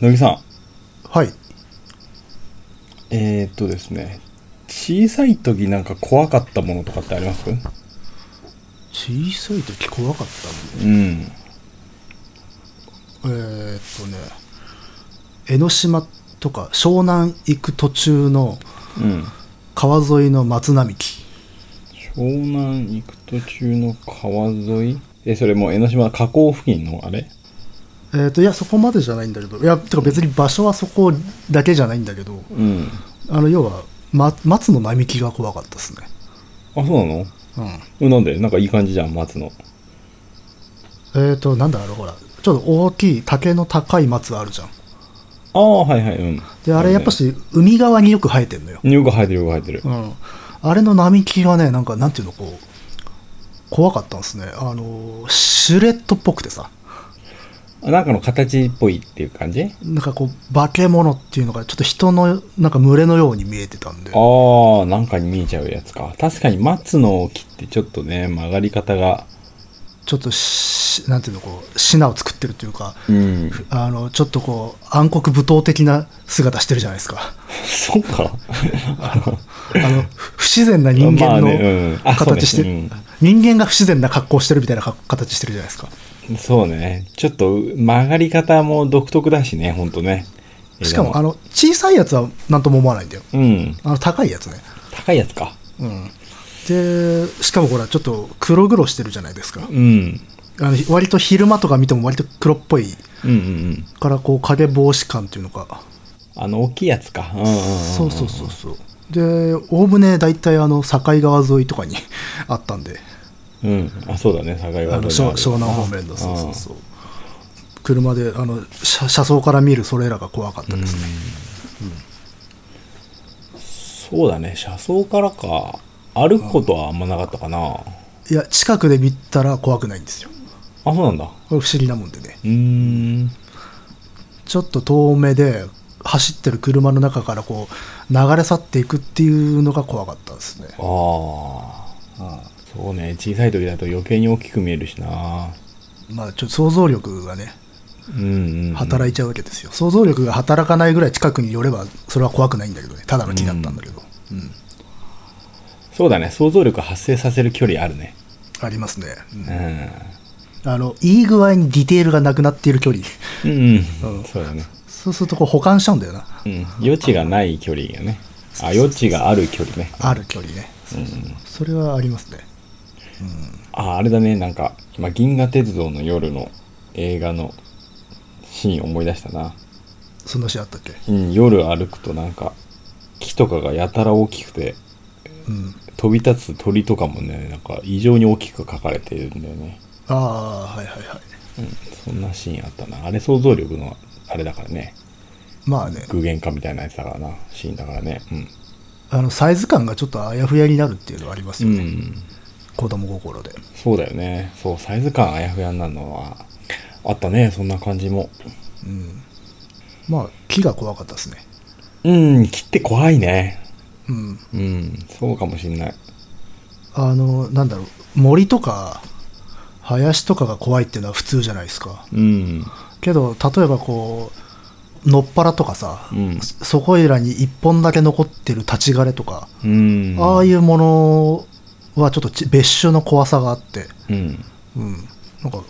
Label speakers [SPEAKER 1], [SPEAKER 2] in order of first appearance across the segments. [SPEAKER 1] 野木さ
[SPEAKER 2] はい。
[SPEAKER 1] ん、えー、っとですね、小さい時なんか怖かったものとかってあります
[SPEAKER 2] 小さい時怖かった
[SPEAKER 1] うん。
[SPEAKER 2] もんね。えーっとね、江ノ島とか湘南行く途中の
[SPEAKER 1] うん。
[SPEAKER 2] 川沿いの松並木。
[SPEAKER 1] 湘南行く途中の川沿いえ、それもう江ノ島の河口付近のあれ
[SPEAKER 2] えーっと、いや、そこまでじゃないんだけど、いや、てか別に場所はそこだけじゃないんだけど、
[SPEAKER 1] うん。
[SPEAKER 2] あの、要は、ま、松の並木が怖かったですね。
[SPEAKER 1] あ、そうなの
[SPEAKER 2] うん。
[SPEAKER 1] えなんでなんかいい感じじゃん、松の。
[SPEAKER 2] えー、と、なんだろう、ほら、ちょっと大きい竹の高い松あるじゃん。
[SPEAKER 1] ああ、はいはい、うん。
[SPEAKER 2] で、あれやっぱし、海側によく生えてんのよ。
[SPEAKER 1] よく生えてるよく生えてる
[SPEAKER 2] う。ん。あれの並木がね、なんか、なんていうの、こう、怖かったんですね。あのー、シュレットっぽくてさ、
[SPEAKER 1] あなんかの形っぽいっていう感じあ
[SPEAKER 2] なんかこう、化け物っていうのが、ちょっと人の、なんか群れのように見えてたんで、
[SPEAKER 1] あ、なんかに見えちゃうやつか。確かに松の木ってちょっとね、曲がり方が。
[SPEAKER 2] ちょっとし、なんていうの、こう、品を作ってるというか、
[SPEAKER 1] うん。
[SPEAKER 2] あの、ちょっとこう、暗黒舞踏的な姿してるじゃないですか。
[SPEAKER 1] そうか。
[SPEAKER 2] あの、不自然な人
[SPEAKER 1] ま
[SPEAKER 2] 間
[SPEAKER 1] あ
[SPEAKER 2] の
[SPEAKER 1] ねうんあそうね
[SPEAKER 2] 形してる、
[SPEAKER 1] うん
[SPEAKER 2] 人間が不自然な格好してるみたいなか形してるじゃないですか。
[SPEAKER 1] そうね。ちょっと曲がり方も独特だしね、ほんとね。
[SPEAKER 2] しかも、
[SPEAKER 1] 枝
[SPEAKER 2] あの、小さいやつは何とも思わないんだよ。
[SPEAKER 1] うん。
[SPEAKER 2] あの、高いやつね。
[SPEAKER 1] 高いやつか。
[SPEAKER 2] うん。で、しかもほら、ちょっと黒々してるじゃないですか。
[SPEAKER 1] うん。
[SPEAKER 2] あの割と昼間とか見ても割と黒っぽい
[SPEAKER 1] うんうんうん。
[SPEAKER 2] から、こう、影防止感っていうのか。
[SPEAKER 1] あの、大きいやつか。うんうんうんうん。
[SPEAKER 2] そうそうそうそう。で、おおむね大体あの、境川沿いとかに あったんで。
[SPEAKER 1] うん。あ、そうだね、境
[SPEAKER 2] あ
[SPEAKER 1] 川
[SPEAKER 2] の
[SPEAKER 1] 沿い
[SPEAKER 2] 湘
[SPEAKER 1] の
[SPEAKER 2] 湘南方面のそうそうそう車であの車車窓から見るそれらが怖かったですね、
[SPEAKER 1] そうだね、車窓からか。歩くことはあんまなかったかな。
[SPEAKER 2] いや近くで見たら怖くないんですよ
[SPEAKER 1] あ、そうなんだ。
[SPEAKER 2] これ不思議なもんでね
[SPEAKER 1] うーん。
[SPEAKER 2] ちょっと遠目で走ってる車の中からこう流れ去っていくっていうのが怖かったですね
[SPEAKER 1] ああ。そうね、小さい時だと余計に大きく見えるしな。
[SPEAKER 2] まあちょっと想像力がね
[SPEAKER 1] うんうん、うん。
[SPEAKER 2] 働いちゃうわけですよ、想像力が働かないぐらい近くに寄ればそれは怖くないんだけどねただの木だったんだけど、うん
[SPEAKER 1] そうだね、想像力発生させる距離あるね。
[SPEAKER 2] ありますね、うん
[SPEAKER 1] う
[SPEAKER 2] あのいい具合にディテールがなくなっている距離
[SPEAKER 1] ん。うん、
[SPEAKER 2] う
[SPEAKER 1] うんん。そうだね。
[SPEAKER 2] そうするとこう保管しちゃうんだよな。
[SPEAKER 1] うん。余地がない距離よね。あ、余地がある距離ね。
[SPEAKER 2] ある距離ね。それはありますね。
[SPEAKER 1] あ、あれだね、なんか、今、銀河鉄道の夜の映画のシーン思い出したな。
[SPEAKER 2] そんなシーンあったっけ
[SPEAKER 1] うん、夜歩くとなんか、木とかがやたら大きくて、
[SPEAKER 2] うん。
[SPEAKER 1] 飛び立つ鳥とかもね、なんか異常に大きく描かれているんだよね。
[SPEAKER 2] ああ、はいはいはい。
[SPEAKER 1] うん、そんなシーンあったな。あれ想像力の、あれだからね。
[SPEAKER 2] まあね、
[SPEAKER 1] 具現化みたいなやつだからな。シーンだからね。うん。
[SPEAKER 2] あの、サイズ感がちょっとあやふやになるっていうのはありますよね。
[SPEAKER 1] うん
[SPEAKER 2] 子供心で。
[SPEAKER 1] そうだよね。そう、サイズ感あやふやになるのは、あったね、そんな感じも。
[SPEAKER 2] うん。まあ、木が怖かったですね。
[SPEAKER 1] うん、切って怖いね。
[SPEAKER 2] うん。
[SPEAKER 1] うん、そうかもしんない。
[SPEAKER 2] あの、なんだろう、森とか、林とかが怖いっていうのは普通じゃないですか。
[SPEAKER 1] うん、
[SPEAKER 2] けど、例えばこう、のっぱらとかさ、
[SPEAKER 1] うん
[SPEAKER 2] そそこいらに一本だけ残ってる立ち枯れとか、
[SPEAKER 1] うん。
[SPEAKER 2] ああいうものはちょっとち別種の怖さがあって、
[SPEAKER 1] うん。
[SPEAKER 2] うん、なんか、うん、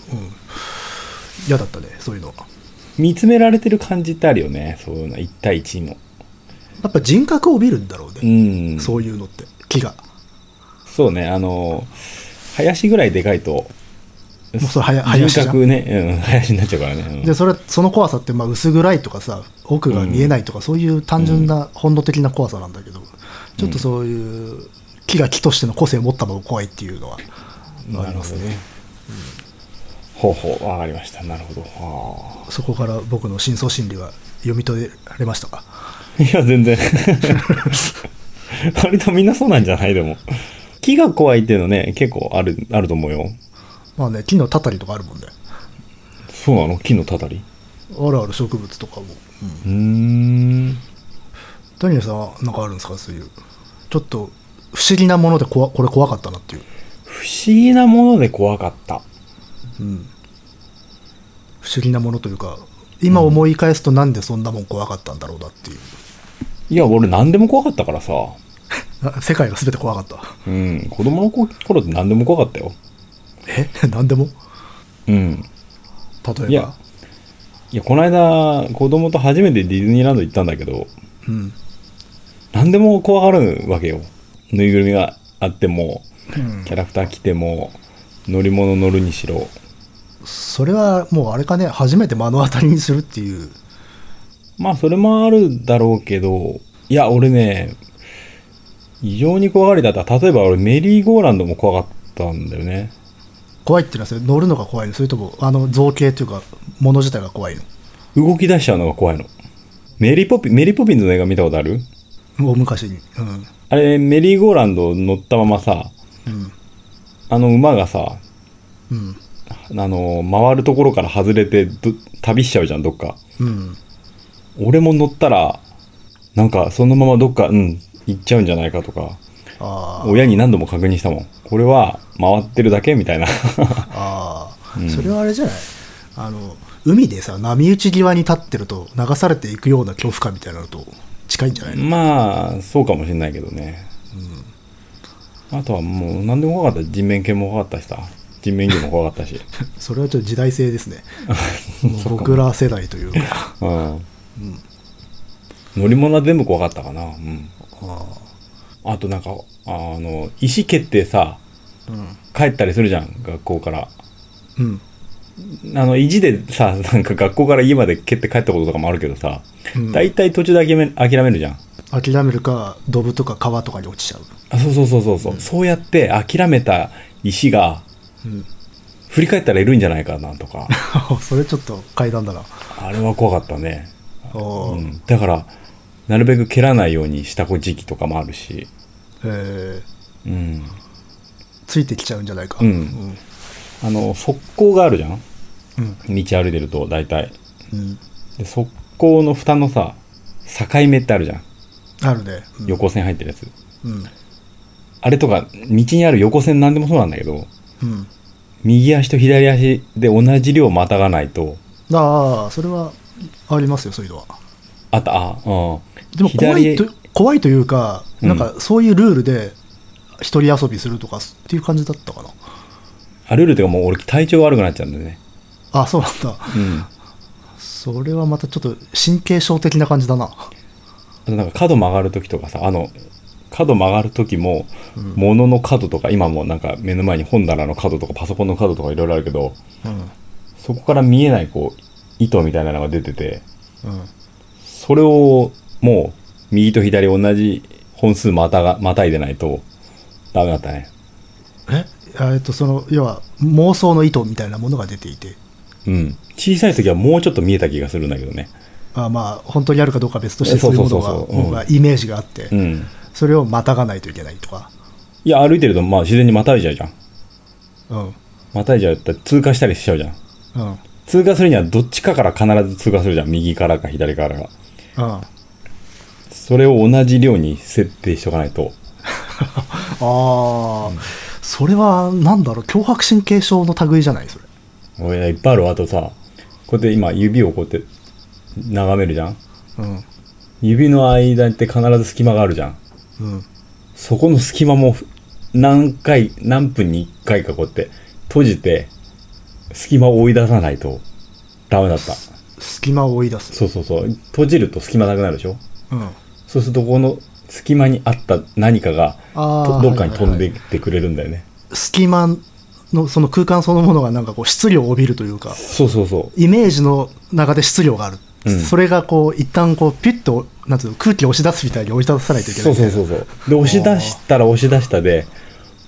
[SPEAKER 2] 嫌だったね、そういうのは。
[SPEAKER 1] 見つめられてる感じってあるよね。そういうの、1対1の。
[SPEAKER 2] やっぱ人格を帯びるんだろう
[SPEAKER 1] う
[SPEAKER 2] ね、
[SPEAKER 1] ん。
[SPEAKER 2] そういうのって、木が。
[SPEAKER 1] そうね、あの、林ぐらいでかいと、
[SPEAKER 2] うそれはや林じゃん
[SPEAKER 1] 人格ね、うん、林になっちゃうからね。う
[SPEAKER 2] で、
[SPEAKER 1] ん、
[SPEAKER 2] それ、その怖さって、まあ、薄暗いとかさ、奥が見えないとか、そういう単純な本能的な怖さなんだけど、ちょっとそういう、木が木としての個性を持ったのが怖いっていうのは、あ
[SPEAKER 1] な
[SPEAKER 2] り
[SPEAKER 1] る
[SPEAKER 2] ま
[SPEAKER 1] ほ
[SPEAKER 2] す
[SPEAKER 1] ど
[SPEAKER 2] ね。
[SPEAKER 1] ね。ほうほう、わかりました。なるほど。は
[SPEAKER 2] そこから僕の深層心理は読み取れましたか
[SPEAKER 1] あ。いや、全然。 割とみんなそうなんじゃないでも。木が怖いっていうのね、結構ある、あると思うよ。
[SPEAKER 2] まあね、木のたたりとかあるもんね。
[SPEAKER 1] そうなの木のたたり
[SPEAKER 2] あるある植物とかも。うん
[SPEAKER 1] うーん。
[SPEAKER 2] ダニエルさんはなんかあるんですかそういうちょっと不思議なものでこわこれ怖かったなっていう、
[SPEAKER 1] 不思議なもので怖かった。
[SPEAKER 2] 不思議なものというか今思い返すとなんでそんなもん怖かったんだろうなっていう。
[SPEAKER 1] いや、俺何でも怖かったからさ。
[SPEAKER 2] あ世界が全て怖かった。
[SPEAKER 1] うん。子供の頃って何でも怖かったよ。
[SPEAKER 2] え 何でも
[SPEAKER 1] うん。い
[SPEAKER 2] 例え
[SPEAKER 1] や
[SPEAKER 2] ば。、
[SPEAKER 1] いや、この間、子供と初めてディズニーランド行ったんだけど、
[SPEAKER 2] うん。
[SPEAKER 1] 何でも怖がるわけよ。ぬいぐるみがあっても、
[SPEAKER 2] うん
[SPEAKER 1] キャラクター来ても、乗り物乗るにしろ。
[SPEAKER 2] それはもうあれかね、初めて目の当たりにするっていう。
[SPEAKER 1] まあ、それもあるだろうけど、いや、俺ね、異常に怖がりだった。例えば俺、メリーゴーランドも怖かったんだよね。
[SPEAKER 2] 怖いっていうのはそれ乗るのが怖いのそれとも、あの、造形というか、もの自体が怖いの
[SPEAKER 1] 動き出しちゃうのが怖いの。メリーポピン、メリーポピンズの映画見たことある
[SPEAKER 2] 大昔に。うん。
[SPEAKER 1] あれ、メリーゴーランド乗ったままさ、
[SPEAKER 2] うん。
[SPEAKER 1] あの馬がさ、
[SPEAKER 2] うん。
[SPEAKER 1] あの、回るところから外れてど旅しちゃうじゃん、どっか。
[SPEAKER 2] うん。
[SPEAKER 1] 俺も乗ったら、なんかそのままどっか、うん、行っちゃうんじゃないかとか、
[SPEAKER 2] ああ。
[SPEAKER 1] 親に何度も確認したもん。これは回ってるだけみたいな。
[SPEAKER 2] ああ、
[SPEAKER 1] うん
[SPEAKER 2] それはあれじゃないあの海でさ波打ち際に立ってると流されていくような恐怖感みたいなのと近いんじゃないの、
[SPEAKER 1] まあ、そうかもしれないけどね。あとはもう何でも怖かった。人面犬も怖かったしさ。人面魚も怖か ったし。
[SPEAKER 2] それはちょっと時代性で すねもう僕ら世代というか
[SPEAKER 1] うん。乗り物は全部怖かったかな。うん。
[SPEAKER 2] あ
[SPEAKER 1] あとなんか、あの、石蹴ってさ、
[SPEAKER 2] あうん
[SPEAKER 1] 帰ったりするじゃん、学校から。
[SPEAKER 2] うん
[SPEAKER 1] あの、意地でさ、なんか学校から家まで蹴って帰ったこととかもあるけどさ、
[SPEAKER 2] うん
[SPEAKER 1] 大体途中で諦め諦めるじゃん。
[SPEAKER 2] 諦めるかドブとか川とかに落ちちゃう、
[SPEAKER 1] あ、そうそうそうそうそう。そうやって諦めた石が、
[SPEAKER 2] うん、
[SPEAKER 1] 振り返ったらいるんじゃないかなとか、
[SPEAKER 2] それちょっと階段だな
[SPEAKER 1] あれは怖かったね。
[SPEAKER 2] お
[SPEAKER 1] う
[SPEAKER 2] ー
[SPEAKER 1] ん。だから、なるべく蹴らないようにした時期とかもあるし、
[SPEAKER 2] え
[SPEAKER 1] う
[SPEAKER 2] ー
[SPEAKER 1] ん。
[SPEAKER 2] ついてきちゃうんじゃないか
[SPEAKER 1] うん
[SPEAKER 2] うん
[SPEAKER 1] あの、側溝があるじゃん
[SPEAKER 2] う
[SPEAKER 1] 道
[SPEAKER 2] ん
[SPEAKER 1] 歩いてると、大体。
[SPEAKER 2] うん
[SPEAKER 1] で、側溝の蓋のさ、境目ってあるじゃん。
[SPEAKER 2] あるね、うん
[SPEAKER 1] 横線入ってるやつ。
[SPEAKER 2] うん
[SPEAKER 1] あれとか、道にある横線なんでもそうなんだけど、
[SPEAKER 2] うん
[SPEAKER 1] 右足と左足で同じ量またがないと、
[SPEAKER 2] ああそれはありますよそういうのは
[SPEAKER 1] あた、あ、うん。
[SPEAKER 2] でも怖いと
[SPEAKER 1] 左
[SPEAKER 2] 怖いというか、
[SPEAKER 1] うん
[SPEAKER 2] なんかそういうルールで一人遊びするとかっていう感じだったかな。
[SPEAKER 1] あ、ルールっていうかもう俺体調悪くなっちゃうんだよね。
[SPEAKER 2] あ、そうなんだ。
[SPEAKER 1] うん。あ
[SPEAKER 2] それはまたちょっと神経症的な感じだな。
[SPEAKER 1] となんか角曲がるときとかさ、あの、角曲がるときも、
[SPEAKER 2] うん
[SPEAKER 1] 物の角とか、今もなんか目の前に本棚の角とかパソコンの角とかいろいろあるけど、
[SPEAKER 2] うん。
[SPEAKER 1] そこから見えないこう、糸みたいなのが出てて、
[SPEAKER 2] うん。
[SPEAKER 1] それをもう右と左同じ本数またが、またいでないとダメだったね。
[SPEAKER 2] ええっと、その、要は妄想の意図みたいなものが出ていて、
[SPEAKER 1] うん。小さい時はもうちょっと見えた気がするんだけどね。
[SPEAKER 2] あまあ、本当にあるかどうかは別として、
[SPEAKER 1] えそ
[SPEAKER 2] そ
[SPEAKER 1] うう
[SPEAKER 2] いう
[SPEAKER 1] そう
[SPEAKER 2] もの
[SPEAKER 1] そう
[SPEAKER 2] が、
[SPEAKER 1] そううん
[SPEAKER 2] 僕はイメージがあって、
[SPEAKER 1] うん。
[SPEAKER 2] それをまたがないといけないとか、
[SPEAKER 1] いや、歩いてるとまあ自然にまたいじゃうじゃん。
[SPEAKER 2] うん。
[SPEAKER 1] またいじゃうって通過したりしちゃうじゃん。
[SPEAKER 2] うん。うん。
[SPEAKER 1] 通過するにはどっちかから必ず通過するじゃん。右からか左からか。
[SPEAKER 2] あ
[SPEAKER 1] それを同じ量に設定しとかないと。
[SPEAKER 2] あ、それは、なんだろう、脅迫神経症の類じゃないそれ。
[SPEAKER 1] 俺いっぱいある。あとさ、こうやって今指をこうやって眺めるじゃん。
[SPEAKER 2] うん。
[SPEAKER 1] 指の間って必ず隙間があるじゃん。
[SPEAKER 2] うん。
[SPEAKER 1] そこの隙間も何回、何分に1回かこうやって閉じて、隙間を追い出さないとダメだった。
[SPEAKER 2] 隙間を追い出す。
[SPEAKER 1] そうそうそう。閉じると隙間なくなるでしょ
[SPEAKER 2] うん。あ
[SPEAKER 1] そうするとこの隙間にあった何かが
[SPEAKER 2] あ
[SPEAKER 1] と
[SPEAKER 2] ー
[SPEAKER 1] どっかに飛ん
[SPEAKER 2] はい
[SPEAKER 1] で
[SPEAKER 2] はいは
[SPEAKER 1] きてくれるんだよね。
[SPEAKER 2] い隙間の、その空間そのものがなんかこう質量を帯びるというか、
[SPEAKER 1] そうそうそ
[SPEAKER 2] イメージの中で質量がある。
[SPEAKER 1] うん
[SPEAKER 2] それがこう、一旦こう、ピュッと、なんていうの、空気を押し出すみたいに押し出さな
[SPEAKER 1] う。
[SPEAKER 2] いといけな
[SPEAKER 1] そ
[SPEAKER 2] いうみたい
[SPEAKER 1] そう
[SPEAKER 2] な。
[SPEAKER 1] そうそう。で、押し出したら押し出したで、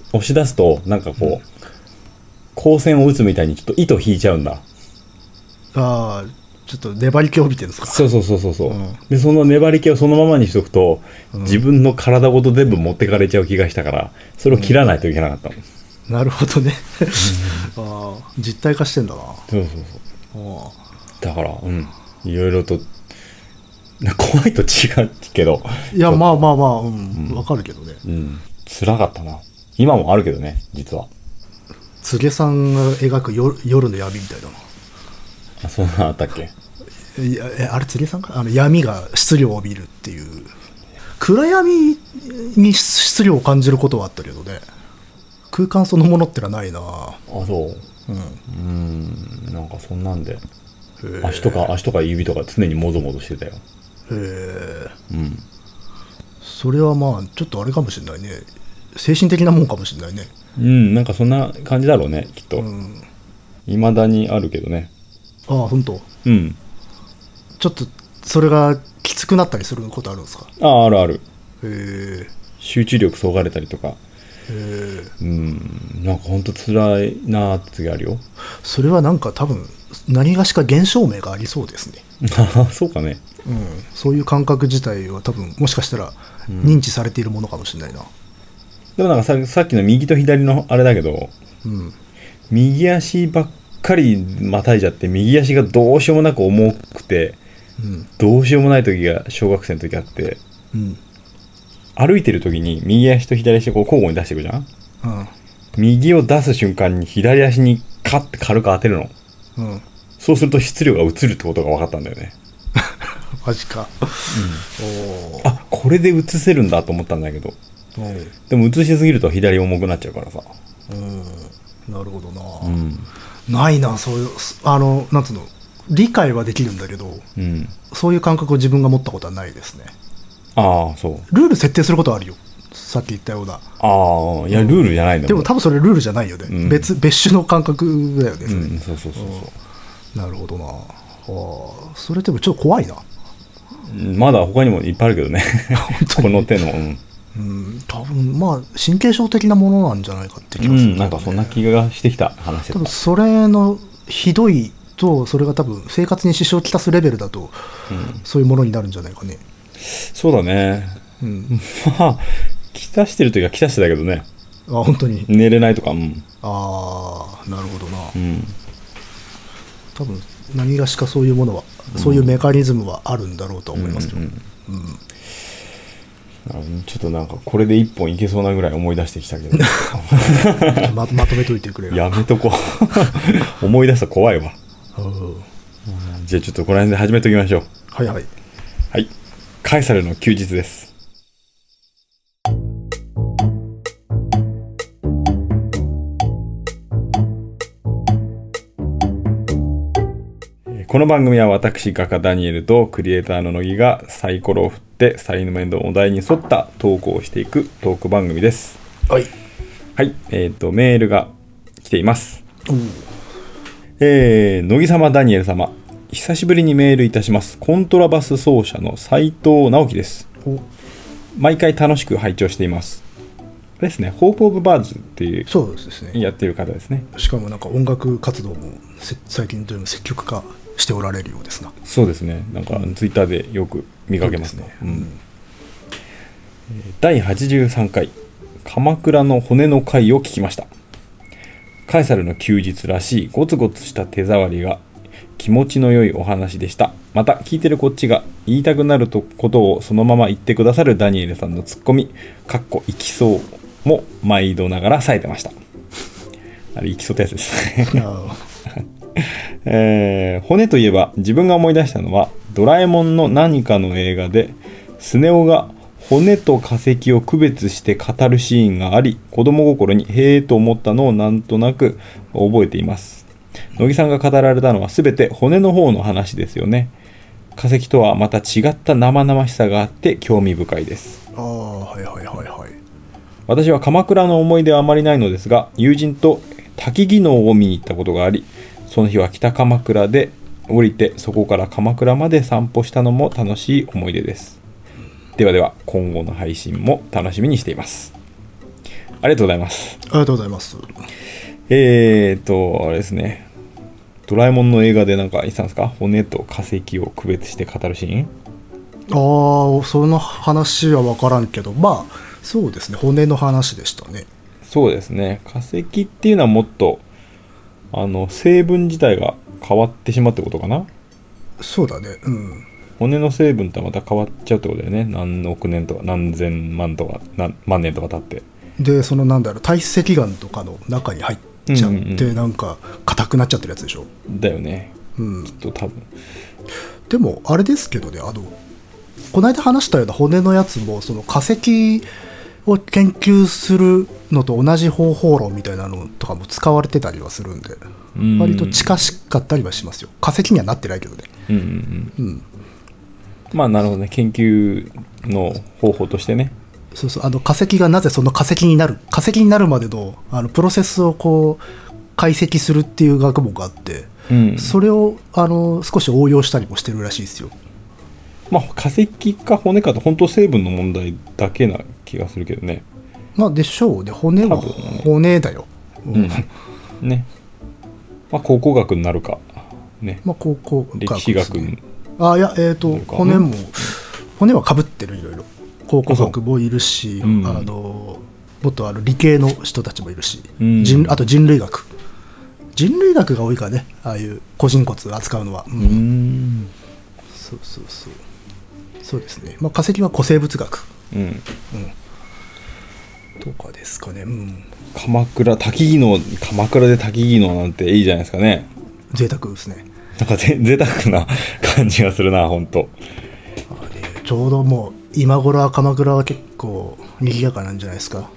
[SPEAKER 1] 押し出すと、なんかこう、光線を打つみたいにちょっと糸引いちゃうんだ。
[SPEAKER 2] ああ、ちょっと粘り気を帯びてるんですか。
[SPEAKER 1] そうそうそうそうそう、
[SPEAKER 2] うん
[SPEAKER 1] でその粘り気をそのままにしとくと、自分の体ごと全部持ってかれちゃう気がしたからそれを切らないといけなかったの、
[SPEAKER 2] なるほ どね。ああ、実体化してんだな。
[SPEAKER 1] そうそうそう
[SPEAKER 2] あ
[SPEAKER 1] だからうんいろいろとな怖いと違うけど
[SPEAKER 2] あいや、まあまあまあ、うん、わかるけどね。
[SPEAKER 1] うん辛かったな今もあるけどね実は
[SPEAKER 2] 柘植さんが描く夜夜の闇みたいだな。
[SPEAKER 1] あそんなのあったっけ
[SPEAKER 2] いやえあれ釣りさんかあの闇が質量を見るっていう暗闇に質量を感じることはあったけどね空間そのものってのはないな
[SPEAKER 1] あ、そう。
[SPEAKER 2] うん
[SPEAKER 1] うん、なんかそんなんで。
[SPEAKER 2] へ
[SPEAKER 1] 足とか足とか指とか常にもぞもぞしてたよ。
[SPEAKER 2] え
[SPEAKER 1] うん。
[SPEAKER 2] それはまあちょっとあれかもしれないね精神的なもんかもしれないね
[SPEAKER 1] うん、なんかそんな感じだろうね、きっと。
[SPEAKER 2] うん
[SPEAKER 1] 未だにあるけどね。
[SPEAKER 2] ああ本当
[SPEAKER 1] うん。
[SPEAKER 2] ちょっとそれがきつくなったりすることあるんですか
[SPEAKER 1] あ、あるある。
[SPEAKER 2] へ
[SPEAKER 1] 集中力そがれたりとか。
[SPEAKER 2] えへえ
[SPEAKER 1] うん。なんかほんと辛いなーって時あるよ。
[SPEAKER 2] それはなんか多分何がしか現象名がありそうですね
[SPEAKER 1] そうかね。
[SPEAKER 2] うんそういう感覚自体は多分もしかしたら認知されているものかもしれないな
[SPEAKER 1] でもなんかささっきの右と左のあれだけど、
[SPEAKER 2] うん
[SPEAKER 1] 右足ばっかりまたいじゃって、右足がどうしようもなく重くて、
[SPEAKER 2] うん
[SPEAKER 1] どうしようもない時が小学生の時あって、
[SPEAKER 2] うん
[SPEAKER 1] 歩いてる時に右足と左足をこう交互に出していくじゃん
[SPEAKER 2] うん
[SPEAKER 1] 右を出す瞬間に左足にカッて軽く当てるの。
[SPEAKER 2] うん
[SPEAKER 1] そうすると質量が移るってことが分かったんだよね。
[SPEAKER 2] マジか、おー
[SPEAKER 1] あ、これで移せるんだと思ったんだけど。
[SPEAKER 2] お
[SPEAKER 1] でも移しすぎると左重くなっちゃうからさ。
[SPEAKER 2] うんうんなるほどな、
[SPEAKER 1] うん。
[SPEAKER 2] ないなそういうすあのなんつうの理解はできるんだけど
[SPEAKER 1] うん。
[SPEAKER 2] そういう感覚を自分が持ったことはないですね
[SPEAKER 1] ああ、そう。
[SPEAKER 2] ルール設定することはあるよさっき言ったような
[SPEAKER 1] ああ、いや、ルールじゃないんだ
[SPEAKER 2] で
[SPEAKER 1] も
[SPEAKER 2] も
[SPEAKER 1] ん。
[SPEAKER 2] 多分それルールじゃないよね、
[SPEAKER 1] うん
[SPEAKER 2] 別別種の感覚だよね、それ
[SPEAKER 1] うん、そうそうそうそう。
[SPEAKER 2] なるほどなあーそれでもちょっと怖いな
[SPEAKER 1] うんまだ他にもいっぱいあるけどね。この手の。うん。
[SPEAKER 2] うん多分まあ神経症的なものなんじゃないかって気
[SPEAKER 1] う
[SPEAKER 2] がする、
[SPEAKER 1] ん、なんかそんな気がしてきた話して
[SPEAKER 2] 多
[SPEAKER 1] た
[SPEAKER 2] 分。それのひどいとそれが多分生活に支障をきたすレベルだと、そういうものになるんじゃないかね
[SPEAKER 1] そうだね。
[SPEAKER 2] うん
[SPEAKER 1] まあ、きたしてる時はきたしてたけどね。
[SPEAKER 2] あ本当に
[SPEAKER 1] 寝れないとか、うん。
[SPEAKER 2] ああなるほどな
[SPEAKER 1] うん。
[SPEAKER 2] 多分何がしかそういうものは、そういうメカニズムはあるんだろうとは思いますけど、
[SPEAKER 1] うんうん
[SPEAKER 2] うん
[SPEAKER 1] なるほどちょっとなんかこれで一本いけそうなぐらい思い出してきたけど
[SPEAKER 2] ままとめといてくれる
[SPEAKER 1] やめとこう 思い出すと怖いわ
[SPEAKER 2] うん
[SPEAKER 1] じゃあちょっとこの辺で始めときましょう
[SPEAKER 2] はいはい
[SPEAKER 1] はいカエサルの休日ですえーこの番組は私画家ダニエルとクリエイターの乃木がサイコロを振ってサイの面のお題に沿った投稿をしていくトーク番組です
[SPEAKER 2] はい
[SPEAKER 1] はい、えっ、と、メールが来ています。
[SPEAKER 2] おう
[SPEAKER 1] えー、乃木様、ダニエル様、久しぶりにメールいたします。コントラバス奏者の斉藤直樹です。
[SPEAKER 2] お
[SPEAKER 1] 毎回楽しく拝聴しています。あれですね、ホープ・オブ・バーズっていう、
[SPEAKER 2] そうですね
[SPEAKER 1] やってる方ですね。
[SPEAKER 2] しかもなんか音楽活動もせ最近というの積極化しておられるようですな
[SPEAKER 1] そうですね、なんか、ツイッターでよく見かけますね。
[SPEAKER 2] そうです
[SPEAKER 1] うん第83回「鎌倉の骨の回」を聞きましたカエサルの休日らしいゴツゴツした手触りが気持ちの良いお話でしたまた聞いてるこっちが言いたくなるとことをそのまま言ってくださるダニエルさんのツッコミ「かっこいきそう」も毎度ながら冴えてましたあれいきそうってやつですね
[SPEAKER 2] あ
[SPEAKER 1] えー骨といえば自分が思い出したのはドラえもんの何かの映画でスネ夫が骨と化石を区別して語るシーンがあり子供心にへえと思ったのをなんとなく覚えています乃木さんが語られたのは全て骨の方の話ですよね化石とはまた違った生々しさがあって興味深いです
[SPEAKER 2] あはいはいはいはい
[SPEAKER 1] 私は鎌倉の思い出はあまりないのですが友人と滝技能を見に行ったことがありその日は北鎌倉で降りてそこから鎌倉まで散歩したのも楽しい思い出ですではでは今後の配信も楽しみにしていますありがとうございます
[SPEAKER 2] ありがとうございます
[SPEAKER 1] えーとあれですねドラえもんの映画でなんか言ってたんですか骨と化石を区別して語るシーン
[SPEAKER 2] ああその話は分からんけどまあそうですね骨の話でしたね
[SPEAKER 1] そうですね化石っていうのはもっとあの成分自体が変わってしまうってことかな
[SPEAKER 2] そうだねうん
[SPEAKER 1] 骨の成分とはまた変わっちゃうってことだよね何億年とか何千万とか何万年とか経って
[SPEAKER 2] でそのなんだろう体積岩とかの中に入っちゃっ
[SPEAKER 1] うんうん
[SPEAKER 2] てなんか硬くなっちゃってるやつでしょ
[SPEAKER 1] だよね
[SPEAKER 2] うん
[SPEAKER 1] きっと多分
[SPEAKER 2] でもあれですけどねあのこの間話したような骨のやつもその化石を研究するのと同じ方法論みたいなのとかも使われてたりはするんで
[SPEAKER 1] うん
[SPEAKER 2] 割と近しかったりはしますよ化石にはなってないけどね
[SPEAKER 1] うんうんうん
[SPEAKER 2] うん
[SPEAKER 1] まあなるほどね研究の方法としてね
[SPEAKER 2] そうそうあの化石がなぜその化石になる化石になるまでのあのプロセスをこう解析するっていう学問があって、
[SPEAKER 1] うん
[SPEAKER 2] それをあの少し応用したりもしてるらしいですよ
[SPEAKER 1] まあ化石か骨かと本当成分の問題だけな気がするけどね
[SPEAKER 2] まあでしょうね骨は
[SPEAKER 1] 多分ね
[SPEAKER 2] 骨だよ、
[SPEAKER 1] うんねまあ考古学になるかね
[SPEAKER 2] まあ高校学
[SPEAKER 1] 歴史学
[SPEAKER 2] ですねあいやえっ、と
[SPEAKER 1] るか
[SPEAKER 2] 骨も骨はかぶってるいろいろ考古
[SPEAKER 1] あそ
[SPEAKER 2] 学もいるしあ、
[SPEAKER 1] うん
[SPEAKER 2] のもっとあの理系の人たちもいるし、
[SPEAKER 1] うん
[SPEAKER 2] 人あと人類学人類学が多いからねああいう個人骨扱うのは、うん
[SPEAKER 1] うん
[SPEAKER 2] そうそうそうそうですね、まあ、化石は古生物学
[SPEAKER 1] うん
[SPEAKER 2] とかですかねうん
[SPEAKER 1] 鎌倉滝技能鎌倉で滝技能なんていいじゃないですかね
[SPEAKER 2] 贅沢ですね
[SPEAKER 1] なんかぜ贅沢な感じがするな本当
[SPEAKER 2] あれちょうどもう今頃は鎌倉は結構賑やかなんじゃないですか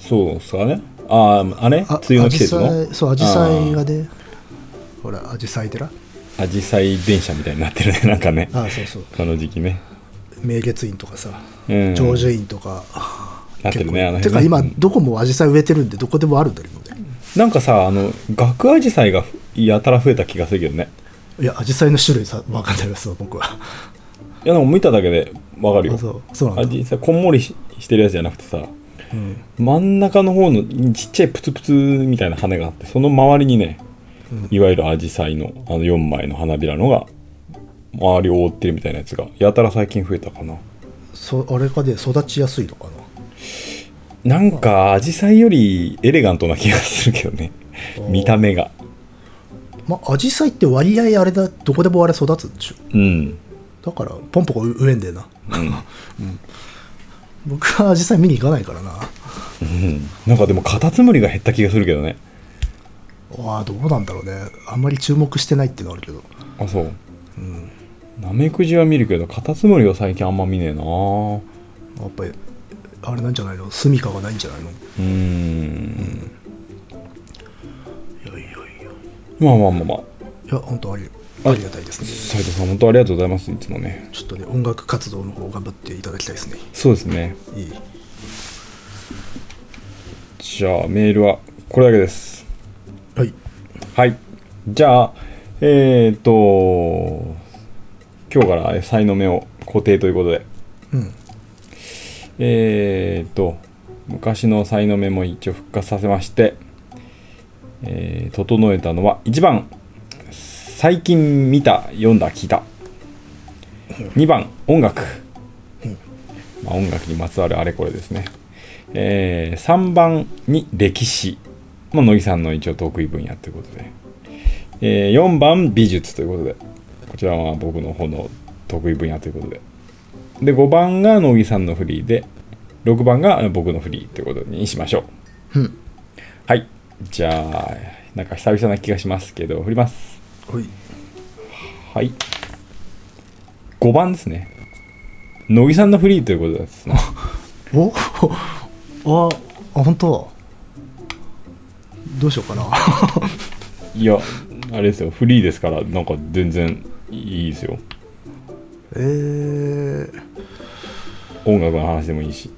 [SPEAKER 1] そうですかねあああれ梅
[SPEAKER 2] あ
[SPEAKER 1] 雨の季節
[SPEAKER 2] 紫陽
[SPEAKER 1] の
[SPEAKER 2] 花そうアジサイがねほらアジサイ寺
[SPEAKER 1] アジサイ電車みたいになってるね なんかね
[SPEAKER 2] あそうそう
[SPEAKER 1] この時期ね
[SPEAKER 2] 明月院とかさ
[SPEAKER 1] うん
[SPEAKER 2] 長寿院とか、
[SPEAKER 1] なってるねあの
[SPEAKER 2] て
[SPEAKER 1] 辺
[SPEAKER 2] か
[SPEAKER 1] ね
[SPEAKER 2] 今どこもアジサイ植えてるんでどこでもあるんだけどね
[SPEAKER 1] なんかさあの額アジサイがやたら増えた気がするけどね
[SPEAKER 2] いやアジサイの種類さ分かんないですわ僕は
[SPEAKER 1] いやでも見ただけでわかる
[SPEAKER 2] あ
[SPEAKER 1] よ
[SPEAKER 2] そうそうなんだ、
[SPEAKER 1] 味さこんもりししてるやつじゃなくてさ
[SPEAKER 2] うん
[SPEAKER 1] 真ん中の方のちっちゃいプツプツみたいな花があってその周りにね、いわゆるアジサイのあの4枚の花びらのが周りを覆ってるみたいなやつがやたら最近増えたかな
[SPEAKER 2] そあれかで育ちやすいのかな
[SPEAKER 1] なんかアジサイよりエレガントな気がするけどね見た目が
[SPEAKER 2] まあアジサイって割合あれだどこでもあれ育つんでしょ
[SPEAKER 1] うん
[SPEAKER 2] だからポンポコ植えんだよな、 僕はアジサイ見に行かないからな
[SPEAKER 1] なんかでもカタツムリが減った気がするけどね
[SPEAKER 2] ああどうなんだろうねあんまり注目してないっていうのはあるけど
[SPEAKER 1] あそう、ナメクジは見るけどカタツムリは最近あんま見ねえな
[SPEAKER 2] やっぱりあれなんじゃないの住みかがないんじゃないの
[SPEAKER 1] うーん
[SPEAKER 2] いやいやいや
[SPEAKER 1] まあまあまあまあ
[SPEAKER 2] いや本当ありありがたいですね
[SPEAKER 1] 斉藤さん本当ありがとうございますいつもね
[SPEAKER 2] ちょっとね音楽活動の方頑張っていただきたいですね
[SPEAKER 1] そうですね
[SPEAKER 2] いい
[SPEAKER 1] じゃあメールはこれだけです
[SPEAKER 2] はい
[SPEAKER 1] はいじゃあえっ、ー、と今日から才の目を固定ということで
[SPEAKER 2] うん
[SPEAKER 1] えっ、ー、と昔の才の目も一応復活させまして、えー整えたのは1番最近見た読んだ聞いた2番音楽、まあ、音楽にまつわるあれこれですね、え3番に歴史、まあ、乃木さんの一応得意分野ということで、え4番美術ということでこちらは僕の方の得意分野ということでで5番が乃木さんのフリーで6番が僕のフリーということにしましょう
[SPEAKER 2] うん
[SPEAKER 1] はいじゃあなんか久々な気がしますけど振ります
[SPEAKER 2] はい
[SPEAKER 1] はい5番ですね乃木さんのフリーということですね
[SPEAKER 2] お ああ本当どうしようかな
[SPEAKER 1] いやあれですよフリーですからなんか全然いいですよ
[SPEAKER 2] えー、
[SPEAKER 1] 音楽の話でもいいし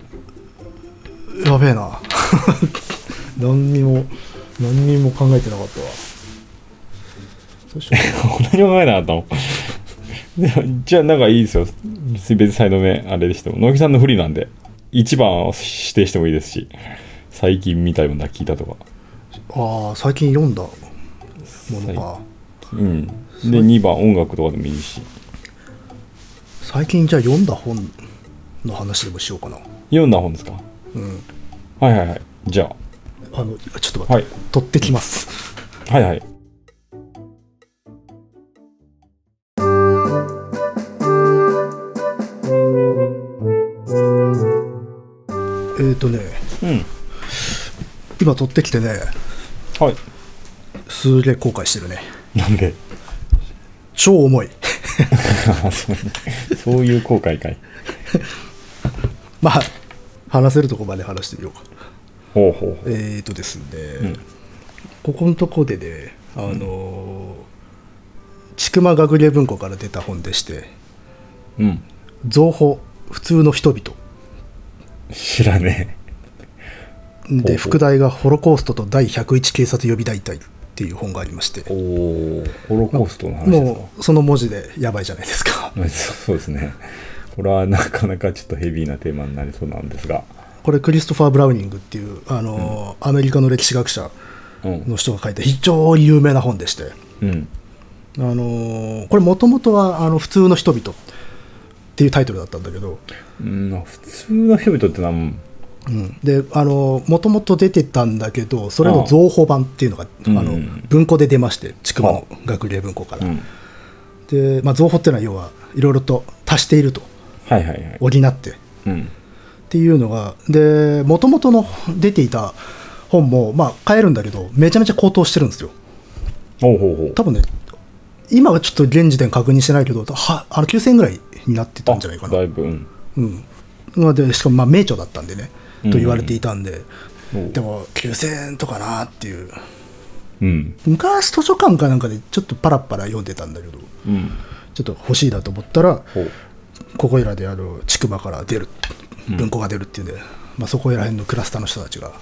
[SPEAKER 2] やべえな 何にも何にも考えてなかったわどうしよう
[SPEAKER 1] こんなに考えなかったのでも じゃあなんかいいですよ別にサイド目あれでしても乃木さんのフリーなんで1番を指定してもいいですし最近見たような聞いたとか
[SPEAKER 2] ああ最近読んだものか
[SPEAKER 1] うんで2番音楽とかでもいいし
[SPEAKER 2] 最近じゃあ読んだ本の話でもしようかな
[SPEAKER 1] 読んだ本ですか
[SPEAKER 2] うん
[SPEAKER 1] はいはいはいじゃ
[SPEAKER 2] あのちょっと待って、
[SPEAKER 1] はい
[SPEAKER 2] 取ってきます
[SPEAKER 1] あはいはい
[SPEAKER 2] えっ、ー、とね
[SPEAKER 1] うん
[SPEAKER 2] 今取ってきてね
[SPEAKER 1] はい
[SPEAKER 2] すげえ後悔してるね
[SPEAKER 1] なんで
[SPEAKER 2] 超重い
[SPEAKER 1] あ そうそういう後悔かい。
[SPEAKER 2] まあ話せるとこまで話してみようか
[SPEAKER 1] ほうほうほう。
[SPEAKER 2] えーとですね、
[SPEAKER 1] うん
[SPEAKER 2] ここのとこでねあのー、千曲学芸文庫から出た本でして
[SPEAKER 1] うん。
[SPEAKER 2] 「造法普通の人々」
[SPEAKER 1] 知らねほうほ
[SPEAKER 2] で
[SPEAKER 1] う
[SPEAKER 2] 副題が「ホロコーストと第101警察予備大隊」っていう本がありまして
[SPEAKER 1] え。おおホロコーストの話ですか
[SPEAKER 2] もうその文字でやばいじゃないですか
[SPEAKER 1] まあそう そうですね。これはなかなかちょっとヘビーなテーマになりそうなんですが。
[SPEAKER 2] これクリストファー・ブラウニングっていうあのー、アメリカの歴史学者
[SPEAKER 1] うん。
[SPEAKER 2] の人が書いた非常に有名な本でして
[SPEAKER 1] うん。
[SPEAKER 2] あのーこれもともとはあの「普通の人々」っていうタイトルだったんだけど、
[SPEAKER 1] うん、普通の人々ってのは、うん
[SPEAKER 2] うん、であのもともと出てたんだけどそれの増補版っていうのがあ
[SPEAKER 1] うん
[SPEAKER 2] の文庫で出まして筑波の学芸文庫から、
[SPEAKER 1] うん。
[SPEAKER 2] で、まあ、増補っていうのは要はいろいろと足していると
[SPEAKER 1] はいはいはい。
[SPEAKER 2] 補ってっ
[SPEAKER 1] うん。
[SPEAKER 2] ていうのがでもともとの出ていた本もまあ買えるんだけどめちゃめちゃ高騰してるんですよ
[SPEAKER 1] ほうほうほう。
[SPEAKER 2] 多分ね今はちょっと現時点確認してないけどはあの9000円ぐらいになってたんじゃないかな
[SPEAKER 1] だいぶ、うん。
[SPEAKER 2] うん、まあでしかもまあ名著だったんでね、
[SPEAKER 1] うん
[SPEAKER 2] と言われていたんで、
[SPEAKER 1] うん
[SPEAKER 2] でも9000円とかなっていう
[SPEAKER 1] うん。
[SPEAKER 2] 昔図書館かなんかでちょっとパラパラ読んでたんだけど
[SPEAKER 1] うん。
[SPEAKER 2] ちょっと欲しいなと思ったら
[SPEAKER 1] ほう。
[SPEAKER 2] ここいらであの千曲から出る
[SPEAKER 1] うん
[SPEAKER 2] 文庫が出るっていうんで、まあ、そこいら辺のクラスターの人たちが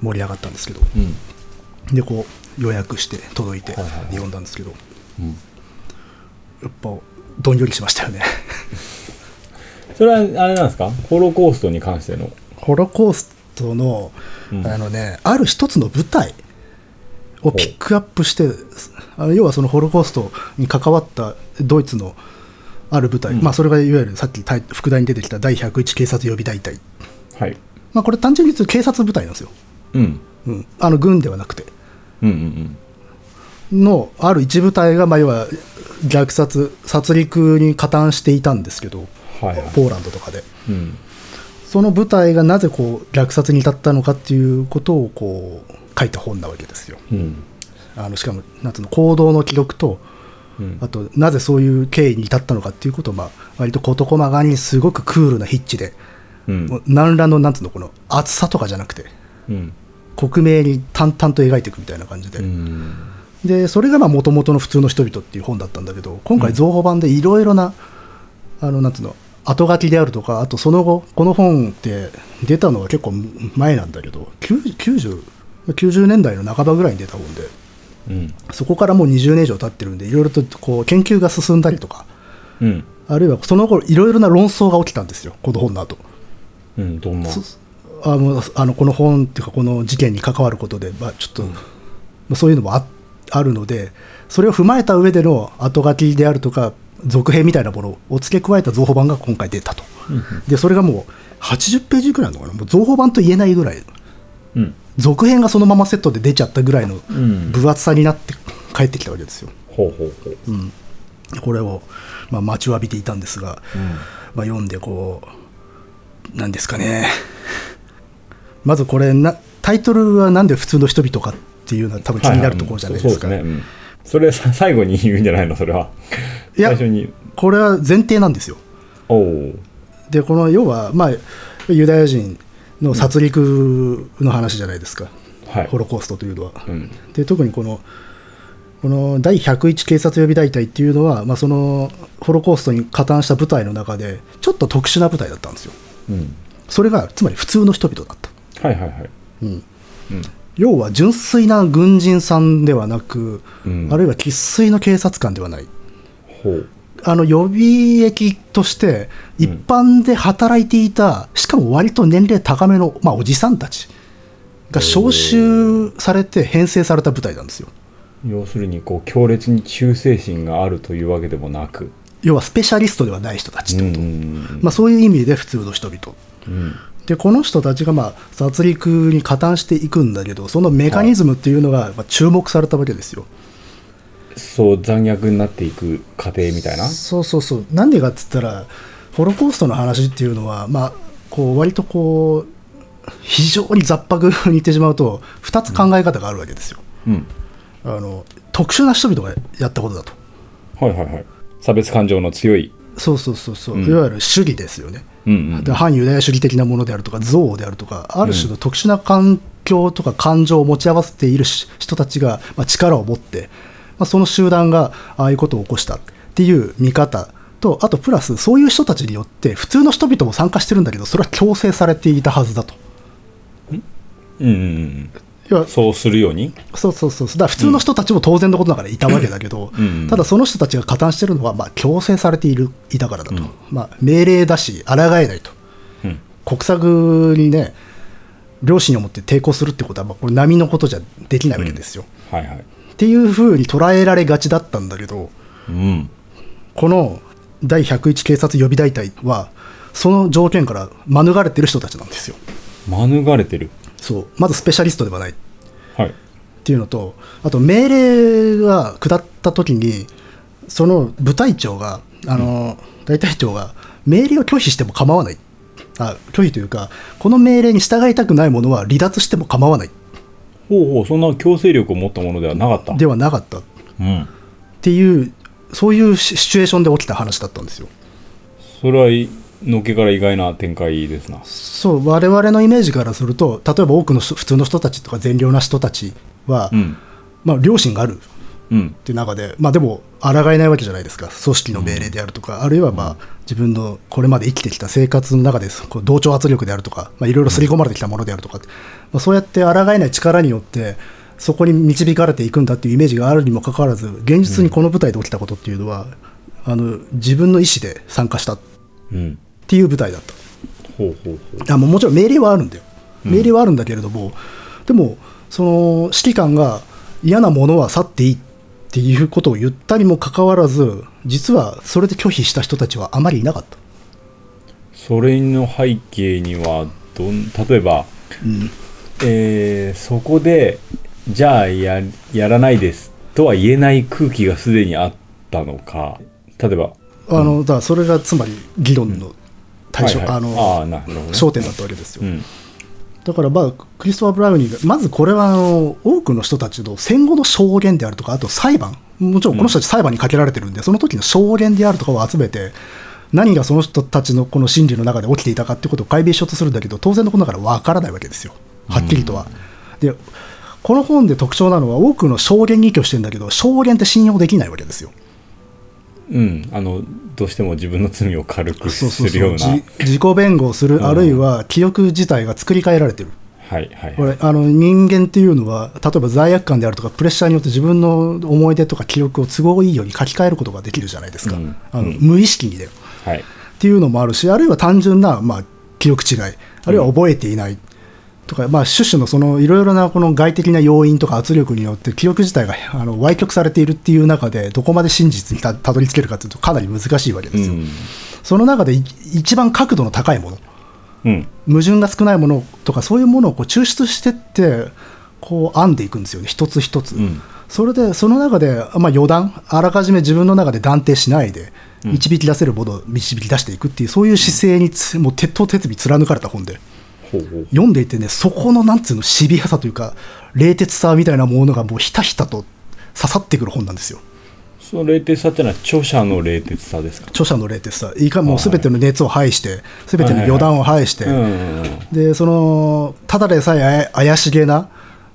[SPEAKER 2] 盛り上がったんですけど
[SPEAKER 1] うん。
[SPEAKER 2] でこう予約して届いて
[SPEAKER 1] はいはいはい
[SPEAKER 2] 読んだんですけど
[SPEAKER 1] うん。
[SPEAKER 2] やっぱどんよりしましたよね
[SPEAKER 1] それは、あれなんですかホロコーストに関しての。
[SPEAKER 2] ホロコーストの,、
[SPEAKER 1] うん
[SPEAKER 2] あのねある一つの舞台をピックアップしてあの要はそのホロコーストに関わったドイツのある部隊、まあ、それがいわゆるさっきタイ副題に出てきた第101警察予備大隊、
[SPEAKER 1] はい。
[SPEAKER 2] まあ、これ単純に言うと警察部隊なんですよ、
[SPEAKER 1] うん。
[SPEAKER 2] うん、あの軍ではなくて
[SPEAKER 1] うんうん
[SPEAKER 2] のある一部隊が、まあ、要は虐殺殺戮に加担していたんですけど、
[SPEAKER 1] うん。はいはい。
[SPEAKER 2] ポーランドとかで。
[SPEAKER 1] うん。
[SPEAKER 2] その部隊がなぜこう虐殺に至ったのかっていうことをこう書いた本なわけですよ。
[SPEAKER 1] うん。
[SPEAKER 2] あのしかもなんつうの行動の記録と
[SPEAKER 1] うん
[SPEAKER 2] あとなぜそういう経緯に至ったのかっていうことを、まあ、割と事細かにすごくクールな筆致で、
[SPEAKER 1] うん
[SPEAKER 2] もう何らのなんつうのこの厚さとかじゃなくて
[SPEAKER 1] うん。
[SPEAKER 2] 克明に淡々と描いていくみたいな感じで、
[SPEAKER 1] うん。
[SPEAKER 2] でそれがもともとの「普通の人々」っていう本だったんだけど今回増補版でいろいろな,、あのなんつうの後書きであるとかあとその後この本って出たのは結構前なんだけど 90, 90年代の半ばぐらいに出た本で
[SPEAKER 1] うん。
[SPEAKER 2] そこからもう20年以上経ってるんでいろいろとこう研究が進んだりとか
[SPEAKER 1] うん。
[SPEAKER 2] あるいはその頃いろいろな論争が起きたんですよこの本の後
[SPEAKER 1] うん。どんな。
[SPEAKER 2] あのあのこの本っていうかこの事件に関わることで、まあ、ちょっと、まあそういうのもああるのでそれを踏まえた上での後書きであるとか続編みたいなものを付け加えた増補版が今回出たと、でそれがもう80ページくらいなのかなもう増補版と言えないぐらい
[SPEAKER 1] うん。
[SPEAKER 2] 続編がそのままセットで出ちゃったぐらいの
[SPEAKER 1] ん
[SPEAKER 2] 分厚さになって帰ってきたわけですよ、
[SPEAKER 1] ほうほうほう。うん。
[SPEAKER 2] これを、まあ、待ちわびていたんですが、まあ、読んでこうなんですかねまずこれなタイトルはなんで普通の人々かっていうのは多分気になるところじゃないですか、
[SPEAKER 1] はいはいうんそうそうですね、うん、それさ最後に言うんじゃないのそれはい
[SPEAKER 2] や
[SPEAKER 1] 最初に
[SPEAKER 2] これは前提なんですよ
[SPEAKER 1] おお
[SPEAKER 2] でこの要は、まあ、ユダヤ人の殺戮の話じゃないですか、
[SPEAKER 1] はい
[SPEAKER 2] ホロコーストというのは、
[SPEAKER 1] うん
[SPEAKER 2] で特にこのこの第101警察予備大隊っていうのは、まあ、そのホロコーストに加担した部隊の中でちょっと特殊な部隊だったんですよ
[SPEAKER 1] うん
[SPEAKER 2] それがつまり普通の人々だった、
[SPEAKER 1] はいはいはい
[SPEAKER 2] うん、
[SPEAKER 1] うん
[SPEAKER 2] 要は純粋な軍人さんではなく、
[SPEAKER 1] うん
[SPEAKER 2] あるいは生粋の警察官ではない
[SPEAKER 1] ほう
[SPEAKER 2] あの予備役として一般で働いていた、しかも割と年齢高めの、まあ、おじさんたちが招集されて編成された部隊なんですよ
[SPEAKER 1] 要するにこう強烈に忠誠心があるというわけでもなく
[SPEAKER 2] 要はスペシャリストではない人たち
[SPEAKER 1] う
[SPEAKER 2] っ
[SPEAKER 1] ん
[SPEAKER 2] て
[SPEAKER 1] う
[SPEAKER 2] こ
[SPEAKER 1] ん
[SPEAKER 2] と、まあ、そういう意味で普通の人々
[SPEAKER 1] うん
[SPEAKER 2] でこの人たちがまあ殺戮に加担していくんだけどそのメカニズムっていうのがまあ注目されたわけですよ、
[SPEAKER 1] そう残虐になっていく過程みたいな
[SPEAKER 2] そうそうそうなんでかっつったらホロコーストの話っていうのはまあこう割とこう非常に雑白に言ってしまうと2つ考え方があるわけですよ、
[SPEAKER 1] うん
[SPEAKER 2] あの特殊な人々がやったことだと
[SPEAKER 1] はいはいはい差別感情の強い、
[SPEAKER 2] そうそうそうそう、
[SPEAKER 1] うん
[SPEAKER 2] いわゆる主義ですよね、
[SPEAKER 1] うんうん
[SPEAKER 2] で反ユダヤ主義的なものであるとか憎悪であるとかある種の特殊な環境とか感情を持ち合わせているし人たちが、まあ、力を持って、まあ、その集団がああいうことを起こしたっていう見方とあとプラスそういう人たちによって普通の人々も参加してるんだけどそれは強制されていたはずだと。
[SPEAKER 1] うんうんうん、
[SPEAKER 2] 要は
[SPEAKER 1] そうするように、
[SPEAKER 2] そうそうそうそうだから普通の人たちも当然のことだからいたわけだけど、
[SPEAKER 1] うん
[SPEAKER 2] ただその人たちが加担してるのは、まあ、強制されているいたからだ
[SPEAKER 1] う
[SPEAKER 2] と、
[SPEAKER 1] ん
[SPEAKER 2] まあ、命令だし抗えないと
[SPEAKER 1] うん
[SPEAKER 2] 国策にね良心を持って抵抗するってことは、まあ、これ並のことじゃできないわけですよ、
[SPEAKER 1] はいはい
[SPEAKER 2] っていうふうに捉えられがちだったんだけど
[SPEAKER 1] うん
[SPEAKER 2] この第101警察予備大隊はその条件から免れてる人たちなんですよ
[SPEAKER 1] 免れてる
[SPEAKER 2] そうまずスペシャリストではない
[SPEAKER 1] はい
[SPEAKER 2] っていうのとあと命令が下った時にその部隊長があの、大隊長が命令を拒否しても構わないあ拒否というかこの命令に従いたくないものは離脱しても構わない
[SPEAKER 1] ほうほうそんな強制力を持ったものではなかった
[SPEAKER 2] ではなかったっ
[SPEAKER 1] うん、
[SPEAKER 2] ていうそういうシシチュエーションで起きた話だったんですよ。
[SPEAKER 1] それはいのっけから意外な展開ですな
[SPEAKER 2] そう我々のイメージからすると例えば多くの人普通の人たちとか善良な人たちは、
[SPEAKER 1] うん
[SPEAKER 2] まあ、良心がある
[SPEAKER 1] うん
[SPEAKER 2] っていう中で、まあ、でも抗えないわけじゃないですか組織の命令であるとか、あるいはまあ自分のこれまで生きてきた生活の中でこう同調圧力であるとかまあいろいろ刷り込まれてきたものであるとか、まあ、そうやって抗えない力によってそこに導かれていくんだっていうイメージがあるにもかかわらず現実にこの舞台で起きたことっていうのは、あの自分の意思で参加したっ
[SPEAKER 1] うん
[SPEAKER 2] ていう舞台だった。
[SPEAKER 1] ほうほうほう
[SPEAKER 2] あもうもちろん命令はあるんだよ、命令はあるんだけれども、でも、その指揮官が嫌なものは去っていいっていうことを言ったにもかかわらず、実はそれで拒否した人たちはあまりいなかった。
[SPEAKER 1] それの背景にはどん例えば、えーそこでじゃあややらないですとは言えない空気がすでにあったのか例えば
[SPEAKER 2] あのだからそれがつまり議論の対象、
[SPEAKER 1] はいはい
[SPEAKER 2] あの
[SPEAKER 1] あーなるほどね
[SPEAKER 2] 焦点だったわけですよ。
[SPEAKER 1] うん
[SPEAKER 2] だから、まあ、クリストファー・ブラウニーが、まずこれはあの多くの人たちの戦後の証言であるとか、あと裁判、もちろんこの人たち裁判にかけられてるんで、その時の証言であるとかを集めて、何がその人たちのこの心理の中で起きていたかってことを解明しようとするんだけど、当然のことながら分からないわけですよ、はっきりとは。で、この本で特徴なのは、多くの証言に依拠してるんだけど、証言って信用できないわけですよ。
[SPEAKER 1] うん、あのどうしても自分の罪を軽く
[SPEAKER 2] そう
[SPEAKER 1] す
[SPEAKER 2] そう
[SPEAKER 1] る
[SPEAKER 2] そ
[SPEAKER 1] よう
[SPEAKER 2] う、
[SPEAKER 1] な
[SPEAKER 2] じ自己弁護をする、あるいは記憶自体が作り変えられてる。
[SPEAKER 1] はいはい
[SPEAKER 2] これあの人間っていうのは例えば罪悪感であるとかプレッシャーによって自分の思い出とか記憶を都合いいように書き換えることができるじゃないですか、
[SPEAKER 1] うん
[SPEAKER 2] あの
[SPEAKER 1] うん
[SPEAKER 2] 無意識にだよ
[SPEAKER 1] はい
[SPEAKER 2] っていうのもあるしあるいは単純な、まあ、記憶違いあるいは覚えていないとか、まあ、種々のそのいろいろなこの外的な要因とか圧力によって記憶自体があの歪曲されているっていう中でどこまで真実にたたどり着けるかというとかなり難しいわけですよ、
[SPEAKER 1] うん
[SPEAKER 2] その中でい一番角度の高いもの、
[SPEAKER 1] うん
[SPEAKER 2] 矛盾が少ないものとかそういうものをこう抽出してってこう編んでいくんですよね一つ一つ、
[SPEAKER 1] うん
[SPEAKER 2] それでその中で、まあ、余談あらかじめ自分の中で断定しないで導き出せるものを導き出していくっていうそういう姿勢につもう鉄頭鉄尾貫かれた本で
[SPEAKER 1] ほうほう
[SPEAKER 2] 読んでいてねそこのなんつうのシビアさというか冷徹さみたいなものがもうひたひたと刺さってくる本なんですよ
[SPEAKER 1] その冷徹さってのは著者の冷徹さですか
[SPEAKER 2] 著者の冷徹さいかもう全ての熱を排して全ての余談を排して、
[SPEAKER 1] うんうん
[SPEAKER 2] でそのただでさえあや怪しげな、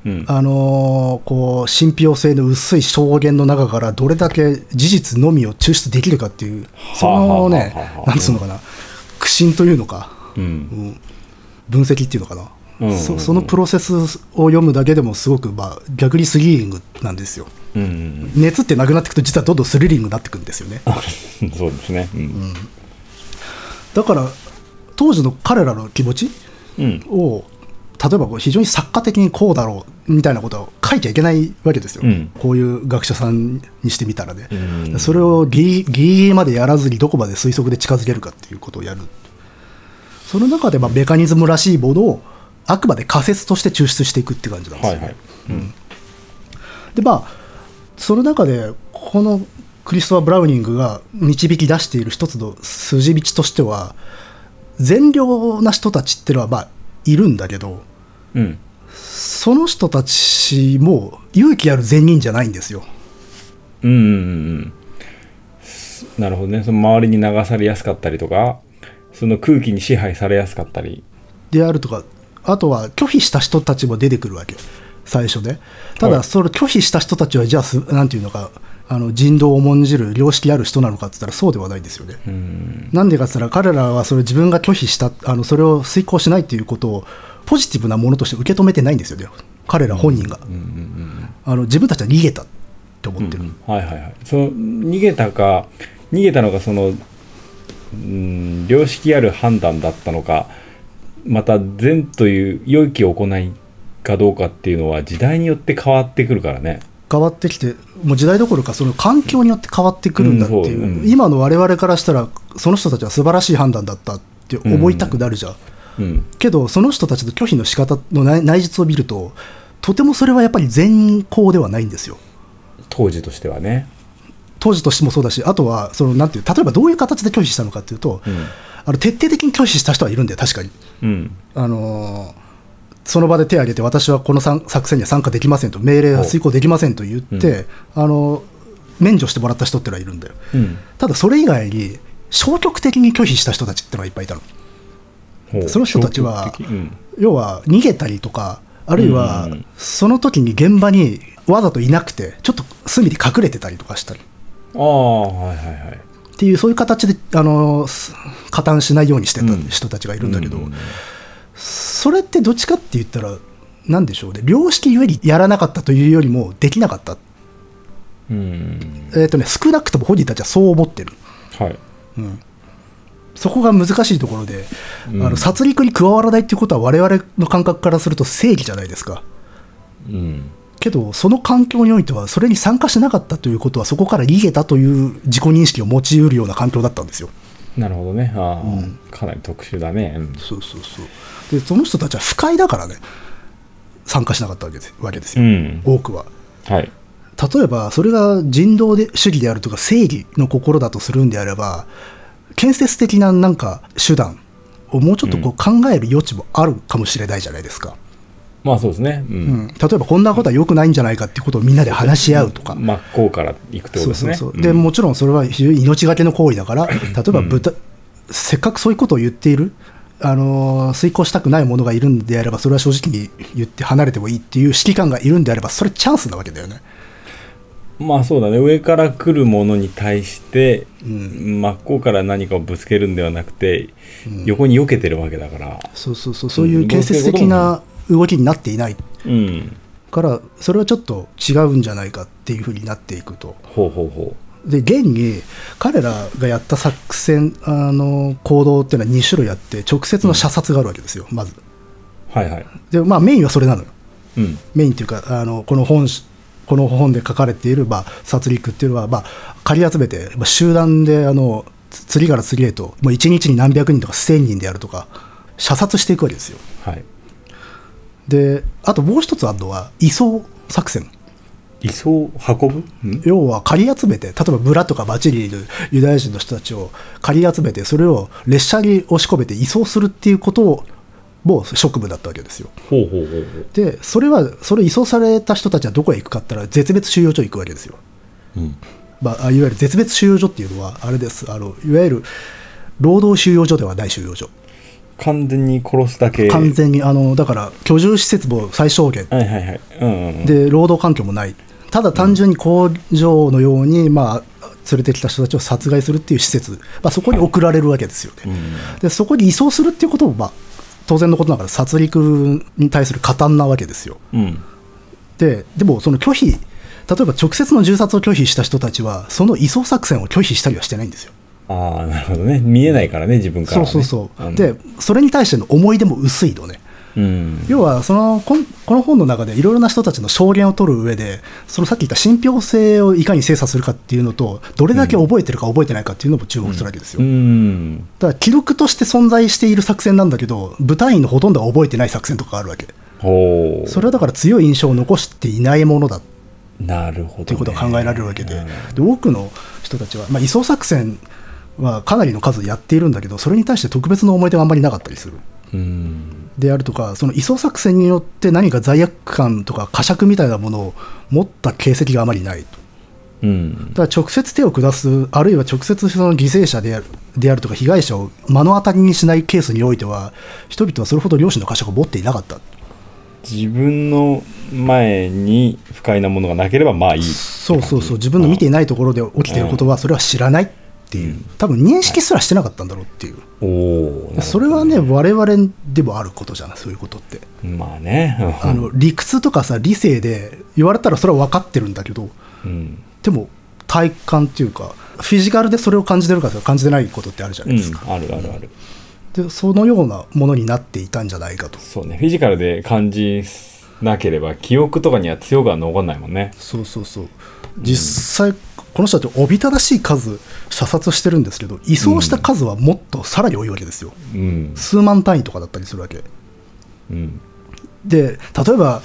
[SPEAKER 1] うん
[SPEAKER 2] あのーこう信憑性の薄い証言の中からどれだけ事実のみを抽出できるかっていうそ
[SPEAKER 1] はあはあは
[SPEAKER 2] の
[SPEAKER 1] あ
[SPEAKER 2] ね
[SPEAKER 1] はあ
[SPEAKER 2] なんつうのかな苦心というのか、
[SPEAKER 1] うん
[SPEAKER 2] うん分析っていうのかな、
[SPEAKER 1] うん
[SPEAKER 2] そそのプロセスを読むだけでもすごく、まあ、逆にスリリングなんですよ
[SPEAKER 1] うんうん
[SPEAKER 2] 熱ってなくなっていくと実はどんどんスリリングになってくんですよね
[SPEAKER 1] うんそうですねうん
[SPEAKER 2] だから当時の彼らの気持ち
[SPEAKER 1] うん
[SPEAKER 2] を例えばこう非常に作家的にこうだろうみたいなことを書いちゃいけないわけですよ、
[SPEAKER 1] うん
[SPEAKER 2] こういう学者さんにしてみたらね、
[SPEAKER 1] うん
[SPEAKER 2] それをギリギリギリまでやらずにどこまで推測で近づけるかっていうことをやるその中でまあメカニズムらしいものをあくまで仮説として抽出していくって感じなんです
[SPEAKER 1] は
[SPEAKER 2] よ、
[SPEAKER 1] いはいうん
[SPEAKER 2] でまあその中でこのクリストファー・ブラウニングが導き出している一つの筋道としては善良な人たちっていうのはまあいるんだけど
[SPEAKER 1] うん
[SPEAKER 2] その人たちも勇気ある善人じゃないんですよ。
[SPEAKER 1] うんうんうんうんなるほどねその周りに流されやすかったりとかその空気に支配されやすかったり
[SPEAKER 2] であるとか、あとは拒否した人たちも出てくるわけ、最初ね。た
[SPEAKER 1] は
[SPEAKER 2] だ、
[SPEAKER 1] い
[SPEAKER 2] その拒否した人たちは、じゃあす、なんていうのか、あの人道を重んじる、良識ある人なのかって言ったら、そうではないんですよね。
[SPEAKER 1] うん
[SPEAKER 2] なんでかって言ったら、彼らはそれ自分が拒否した、あのそれを遂行しないということを、ポジティブなものとして受け止めてないんですよね、彼ら本人が。
[SPEAKER 1] うんうん
[SPEAKER 2] あの自分たちは逃げたって思
[SPEAKER 1] うん
[SPEAKER 2] ってる。
[SPEAKER 1] うんはいはいはいその逃げたか逃げたのがそのうん良識ある判善だったのかまた善という良い気を行いかどうかっていうのは時代によって変わってくるからね
[SPEAKER 2] 変わってきて、もう時代どころか、その環境によって変わってくるんだっていう、
[SPEAKER 1] うんそううん
[SPEAKER 2] 今の我々からしたら、その人たちは素晴らしい判断だったって思いたくなるじゃん。
[SPEAKER 1] うん
[SPEAKER 2] けど、その人たちの拒否の仕方の内内実を見ると、とてもそれはやっぱり全校ではないんですよ。
[SPEAKER 1] 当時としてはね
[SPEAKER 2] 当時としてもそうだし、あとはそのなんていう、例えばどういう形で拒否したのかっていうと、
[SPEAKER 1] うん
[SPEAKER 2] あの徹底的に拒否した人はいるんだよ、確かに。
[SPEAKER 1] うん
[SPEAKER 2] あのーその場で手を挙げて、私はこのさん作戦には参加できませんと、命令は遂行できませんと言って、あのー免除してもらった人ってのはいるんだよ。
[SPEAKER 1] うん
[SPEAKER 2] ただ、それ以外に、消極的に拒否した人たちってのはいっぱいいたの。
[SPEAKER 1] ほう
[SPEAKER 2] その人たちは
[SPEAKER 1] 消極的うん
[SPEAKER 2] 要は逃げたりとか、あるいは
[SPEAKER 1] うん
[SPEAKER 2] その時に現場にわざといなくて、ちょっと隅で隠れてたりとかしたり
[SPEAKER 1] ああはいはいはい
[SPEAKER 2] っていう、そういう形であのす加担しないようにしてた
[SPEAKER 1] うん
[SPEAKER 2] 人たちがいるんだけど、
[SPEAKER 1] うん
[SPEAKER 2] それってどっちかって言ったら、なんでしょうね、良識ゆえにやらなかったというよりも、できなかった、
[SPEAKER 1] うん
[SPEAKER 2] えーとね、少なくとも本人たちはそう思ってる。
[SPEAKER 1] はい
[SPEAKER 2] うんそこが難しいところで、
[SPEAKER 1] うん
[SPEAKER 2] あの殺戮に加わらないっていうことは、我々の感覚からすると正義じゃないですか。
[SPEAKER 1] うん
[SPEAKER 2] けど、その環境においては、それに参加しなかったということは、そこから逃げたという自己認識を持ち得るような環境だったんですよ。
[SPEAKER 1] なるほどねああ、
[SPEAKER 2] うん
[SPEAKER 1] かなり特殊だね、うん
[SPEAKER 2] そうそうそう。で、その人たちは不快だからね、参加しなかったわけですわけですよ、
[SPEAKER 1] うん
[SPEAKER 2] 多くは。
[SPEAKER 1] はい
[SPEAKER 2] 例えば、それが人道で主義であるとか、正義の心だとするんであれば、建設的ななんか手段をもうちょっとこう考える余地もあるかもしれないじゃないですか。
[SPEAKER 1] まあそうですね、うん
[SPEAKER 2] うん、例えば、こんなことは良くないんじゃないかっていうことをみんなで話し合うとか。
[SPEAKER 1] 真っ向から行くってことですね。
[SPEAKER 2] そうそうそうでもちろんそれは非常に命がけの行為だから、例えば豚、せっかくそういうことを言っている、あのー遂行したくない者がいるんであれば、それは正直に言って離れてもいいっていう指揮官がいるんであれば、それチャンスなわけだよね。
[SPEAKER 1] うんまあそうだね上から来るものに対して、
[SPEAKER 2] ん
[SPEAKER 1] 真っ向から何かをぶつけるんではなくて、
[SPEAKER 2] ん
[SPEAKER 1] 横に避けてるわけだから、
[SPEAKER 2] そうそうそう、そういう建設的な動きになっていない
[SPEAKER 1] うん、
[SPEAKER 2] から、それはちょっと違うんじゃないかっていうふうになっていくと。
[SPEAKER 1] ほうほうほ
[SPEAKER 2] で現に彼らがやった作戦、あのー行動っていうのは2種類あって直接の射殺があるわけですよ、まず
[SPEAKER 1] うはいはい、
[SPEAKER 2] で、まあ、メインはそれなのよ
[SPEAKER 1] うん、
[SPEAKER 2] メインというかあのこの本しこの本で書かれている、まあ、殺戮っていうのは、まあ、借り集めて、まあ、集団であのつ次から次へともう1日に何百人とか1000人であるとか射殺していくわけですよ
[SPEAKER 1] はい
[SPEAKER 2] であともう一つあるのは移送作戦
[SPEAKER 1] 移送運ぶ、うん
[SPEAKER 2] 要は借り集めて例えば村とか町にいるユダヤ人の人たちを借り集めてそれを列車に押し込めて移送するっていうことをもう職務だったわけですよ
[SPEAKER 1] ほうほうほうほう
[SPEAKER 2] でそれはそれ移送された人たちはどこへ行くかって言ったら絶滅収容所へ行くわけですよ
[SPEAKER 1] うん、
[SPEAKER 2] まあ、あいわゆる絶滅収容所っていうのは、あれですあの、いわゆる労働収容所ではない収容所、
[SPEAKER 1] 完全に殺すだけ
[SPEAKER 2] 完全にあのだから居住施設も最小限、
[SPEAKER 1] はいはいはい、うんうんうん、
[SPEAKER 2] で労働環境もない、ただ単純に工場のように、まあ、連れてきた人たちを殺害するっていう施設、まあ、そこに送られるわけですよ
[SPEAKER 1] う
[SPEAKER 2] ね。
[SPEAKER 1] ん
[SPEAKER 2] でそこに移送するっていうことも、まあ、当然のことながら、殺戮に対する加担なわけですよ。
[SPEAKER 1] うん、
[SPEAKER 2] ででも、その拒否、例えば直接の銃殺を拒否した人たちは、その移送作戦を拒否したりはしてないんですよ。
[SPEAKER 1] ああなるほどね見えないからね自分から、
[SPEAKER 2] そう
[SPEAKER 1] ね、
[SPEAKER 2] そうそ
[SPEAKER 1] ん
[SPEAKER 2] う。で、それに対しての思い出も薄いのね。
[SPEAKER 1] うん、
[SPEAKER 2] 要はそのこんこの本の中でいろいろな人たちの証言を取る上でそのさっき言った信憑性をいかに精査するかっていうのとどれだけ覚えてるか覚えてないかっていうのも注目するわけですよ、
[SPEAKER 1] うん
[SPEAKER 2] だから記録として存在している作戦なんだけど部隊員のほとんどは覚えてない作戦とかあるわけ
[SPEAKER 1] ほう
[SPEAKER 2] それはだから強い印象を残していないものだ
[SPEAKER 1] なるほど、ね、
[SPEAKER 2] ということが考えられるわけ
[SPEAKER 1] う
[SPEAKER 2] で
[SPEAKER 1] ん
[SPEAKER 2] で多くの人たちは、まあ、移送作戦はかなりの数やっているんだけどそれに対して特別な思い出があんまりなかったりする。
[SPEAKER 1] うん
[SPEAKER 2] であるとか、その移送作戦によって何か罪悪感とか呵責みたいなものを持った形跡があまりないと。
[SPEAKER 1] うん。
[SPEAKER 2] だから直接手を下す、あるいは直接その犠牲者であるであるとか、被害者を目の当たりにしないケースにおいては、人々はそれほど良心の過酌を持っていなかった、
[SPEAKER 1] 自分の前に不快なものがなければまあいい。
[SPEAKER 2] そうそうそう、自分の見ていないところで起きていることは、それは知らないっていう、多分認識すらしてなかったんだろうっていう、
[SPEAKER 1] おおー。
[SPEAKER 2] それはね、我々でもあることじゃない、そういうことって。
[SPEAKER 1] まあね。
[SPEAKER 2] あの理屈とかさ、理性で言われたらそれは分かってるんだけど、
[SPEAKER 1] うん。
[SPEAKER 2] でも体感っていうか、フィジカルでそれを感じてるかと感じてないことってあるじゃな
[SPEAKER 1] う
[SPEAKER 2] い
[SPEAKER 1] ん
[SPEAKER 2] ですか。。
[SPEAKER 1] あるあるある。
[SPEAKER 2] でそのようなものになっていたんじゃないかと
[SPEAKER 1] そうね。フィジカルで感じなければ記憶とかには強くは残んないもんね。
[SPEAKER 2] そうそうそう実際この人たちおびただしい数射殺してるんですけど移送した数はもっとさらに多いわけですよ、
[SPEAKER 1] うん。
[SPEAKER 2] 数万単位とかだったりするわけ
[SPEAKER 1] うん。
[SPEAKER 2] で例えば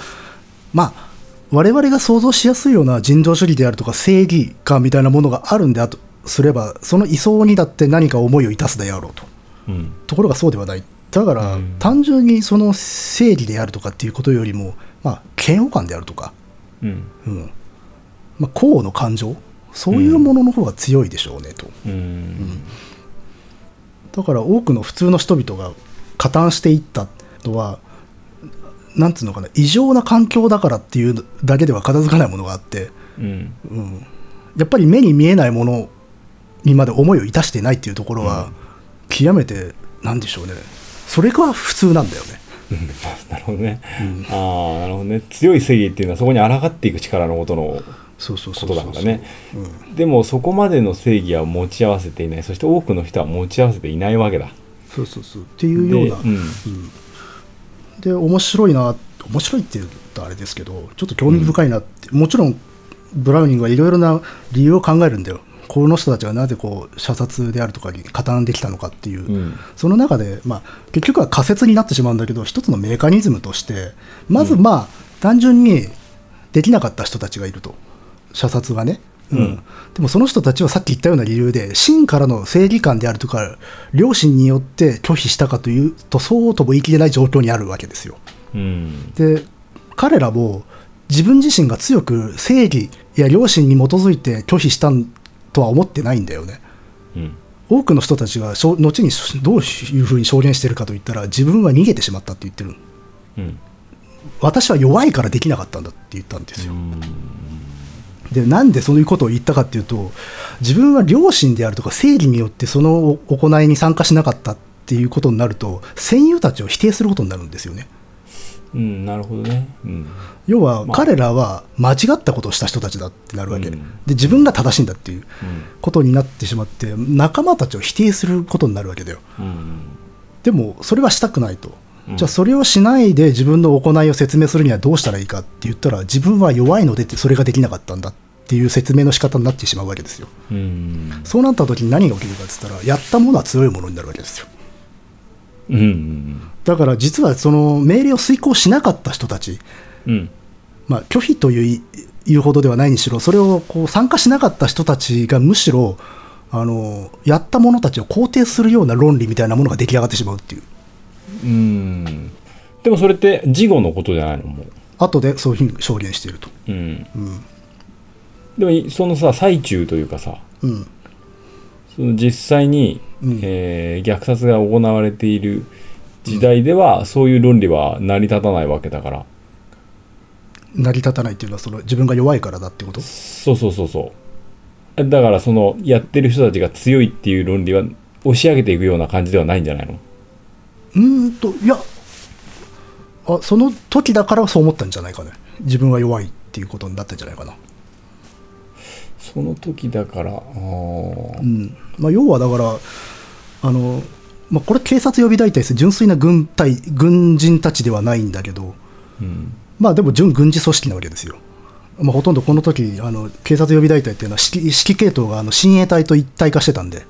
[SPEAKER 2] まあ我々が想像しやすいような人道主義であるとか正義感みたいなものがあるんであとすればその移送にだって何か思いを致すであろうと
[SPEAKER 1] うん。
[SPEAKER 2] ところがそうではないだから、
[SPEAKER 1] うん
[SPEAKER 2] 単純にその正義であるとかっていうことよりも、まあ、嫌悪感であるとか、
[SPEAKER 1] うん。
[SPEAKER 2] うんまあ、幸の感情そういうものの方が強いでしょうねと、
[SPEAKER 1] うん。
[SPEAKER 2] だから多くの普通の人々が加担していったのはなんつうのかな異常な環境だからっていうだけでは片付かないものがあって、
[SPEAKER 1] うん。
[SPEAKER 2] うん、やっぱり目に見えないものにまで思いを致してないっていうところは、極めてなんでしょうねそれが普通なんだよね。
[SPEAKER 1] なるほどね。ああ、なるほどね。強い正義っていうのはそこに抗っていく力のことの
[SPEAKER 2] そうそうそ
[SPEAKER 1] こ
[SPEAKER 2] う
[SPEAKER 1] と
[SPEAKER 2] そ
[SPEAKER 1] だ
[SPEAKER 2] う
[SPEAKER 1] からね。
[SPEAKER 2] うん
[SPEAKER 1] でもそこまでの正義は持ち合わせていないそして多くの人は持ち合わせていないわけだ。
[SPEAKER 2] そうそうそうっていうような
[SPEAKER 1] でうん
[SPEAKER 2] で,、面白いな面白いって言うとあれですけどちょっと興味深いなって、もちろんブラウニングはいろいろな理由を考えるんだよこの人たちはなぜこう射殺であるとかに加担できたのかっていう、
[SPEAKER 1] うん
[SPEAKER 2] その中で、まあ、結局は仮説になってしまうんだけど一つのメカニズムとしてまずまあ、単純にできなかった人たちがいると射殺がね、うん
[SPEAKER 1] うん
[SPEAKER 2] でもその人たちはさっき言ったような理由で真からの正義感であるとか良心によって拒否したかというとそうとも言い切れない状況にあるわけですよ。
[SPEAKER 1] うん
[SPEAKER 2] で彼らも自分自身が強く正義や良心に基づいて拒否したんとは思ってないんだよね。
[SPEAKER 1] うん
[SPEAKER 2] 多くの人たちがしょ後にどういうふうに証言してるかといったら自分は逃げてしまったって言ってる
[SPEAKER 1] うん
[SPEAKER 2] 私は弱いからできなかったんだって言ったんですよ
[SPEAKER 1] うん
[SPEAKER 2] でなんでそういうことを言ったかっていうと自分は良心であるとか正義によってその行いに参加しなかったっていうことになると戦友たちを否定することになるんですよね
[SPEAKER 1] うんなるほどね。うん
[SPEAKER 2] 要は
[SPEAKER 1] まあ
[SPEAKER 2] 彼らは間違ったことをした人たちだってなるわけ
[SPEAKER 1] う
[SPEAKER 2] で
[SPEAKER 1] ん
[SPEAKER 2] 自分が正しいんだっていう
[SPEAKER 1] うん
[SPEAKER 2] ことになってしまって仲間たちを否定することになるわけだよ
[SPEAKER 1] うん
[SPEAKER 2] でもそれはしたくないと、
[SPEAKER 1] うん
[SPEAKER 2] じゃあそれをしないで自分の行いを説明するにはどうしたらいいかって言ったら自分は弱いのでってそれができなかったんだっていう説明の仕方になってしまうわけですよ
[SPEAKER 1] うん
[SPEAKER 2] そうなった時に何が起きるかって言ったらやったものは強いものになるわけですよ
[SPEAKER 1] うん
[SPEAKER 2] だから実はその命令を遂行しなかった人たち、
[SPEAKER 1] うん
[SPEAKER 2] まあ、拒否といういうほどではないにしろそれをこう参加しなかった人たちがむしろあのやった者たちを肯定するような論理みたいなものが出来上がってしまうっていう
[SPEAKER 1] うんでもそれって事後のことじゃないのもう。
[SPEAKER 2] 後でそういうふうに証言していると。
[SPEAKER 1] うん
[SPEAKER 2] うん
[SPEAKER 1] でもいそのさ最中というかさ
[SPEAKER 2] うん
[SPEAKER 1] その実際に、
[SPEAKER 2] うん
[SPEAKER 1] えー虐殺が行われている時代では、そういう論理は成り立たないわけだから。
[SPEAKER 2] 成り立たないっていうのはその自分が弱いからだってこと
[SPEAKER 1] そうそうそうそう。だからそのやってる人たちが強いっていう論理は押し上げていくような感じではないんじゃないの
[SPEAKER 2] うーんといやあその時だからそう思ったんじゃないかね自分は弱いっていうことになったんじゃないかな、
[SPEAKER 1] その時だから、あ
[SPEAKER 2] う
[SPEAKER 1] ー
[SPEAKER 2] んまあ、要はだからあの、まあ、これ警察予備大隊です純粋な軍隊軍人たちではないんだけど
[SPEAKER 1] うん。
[SPEAKER 2] まあでも準軍事組織なわけですよ、まあ、ほとんどこの時あの警察予備大隊っていうのは指揮指揮系統があの親衛隊と一体化してたんで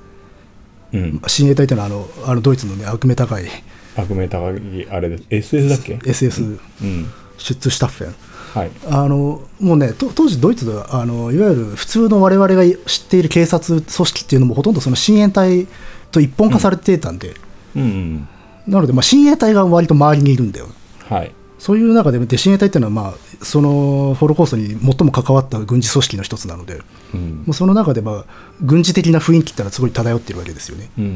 [SPEAKER 1] うん。
[SPEAKER 2] 親衛隊っていうのはあのあのドイツのね悪名高い
[SPEAKER 1] 革命高木、あれです。SS だっけ
[SPEAKER 2] SS
[SPEAKER 1] うん。
[SPEAKER 2] 出シュタッフェン、
[SPEAKER 1] はい。
[SPEAKER 2] あのもうね、と当時、ドイツではあのいわゆる普通の我々が知っている警察組織っていうのも、ほとんどその親衛隊と一本化されてたんで、
[SPEAKER 1] うん、うん。
[SPEAKER 2] なので、まあ、親衛隊が割と周りにいるんだよ、
[SPEAKER 1] はい。
[SPEAKER 2] そういう中でも、デシネ隊っていうのは、まあ、そのホロコーストに最も関わった軍事組織の一つなので、
[SPEAKER 1] うん
[SPEAKER 2] もうその中で、まあ、軍事的な雰囲気ってのはすごい漂っているわけですよね。
[SPEAKER 1] うん
[SPEAKER 2] う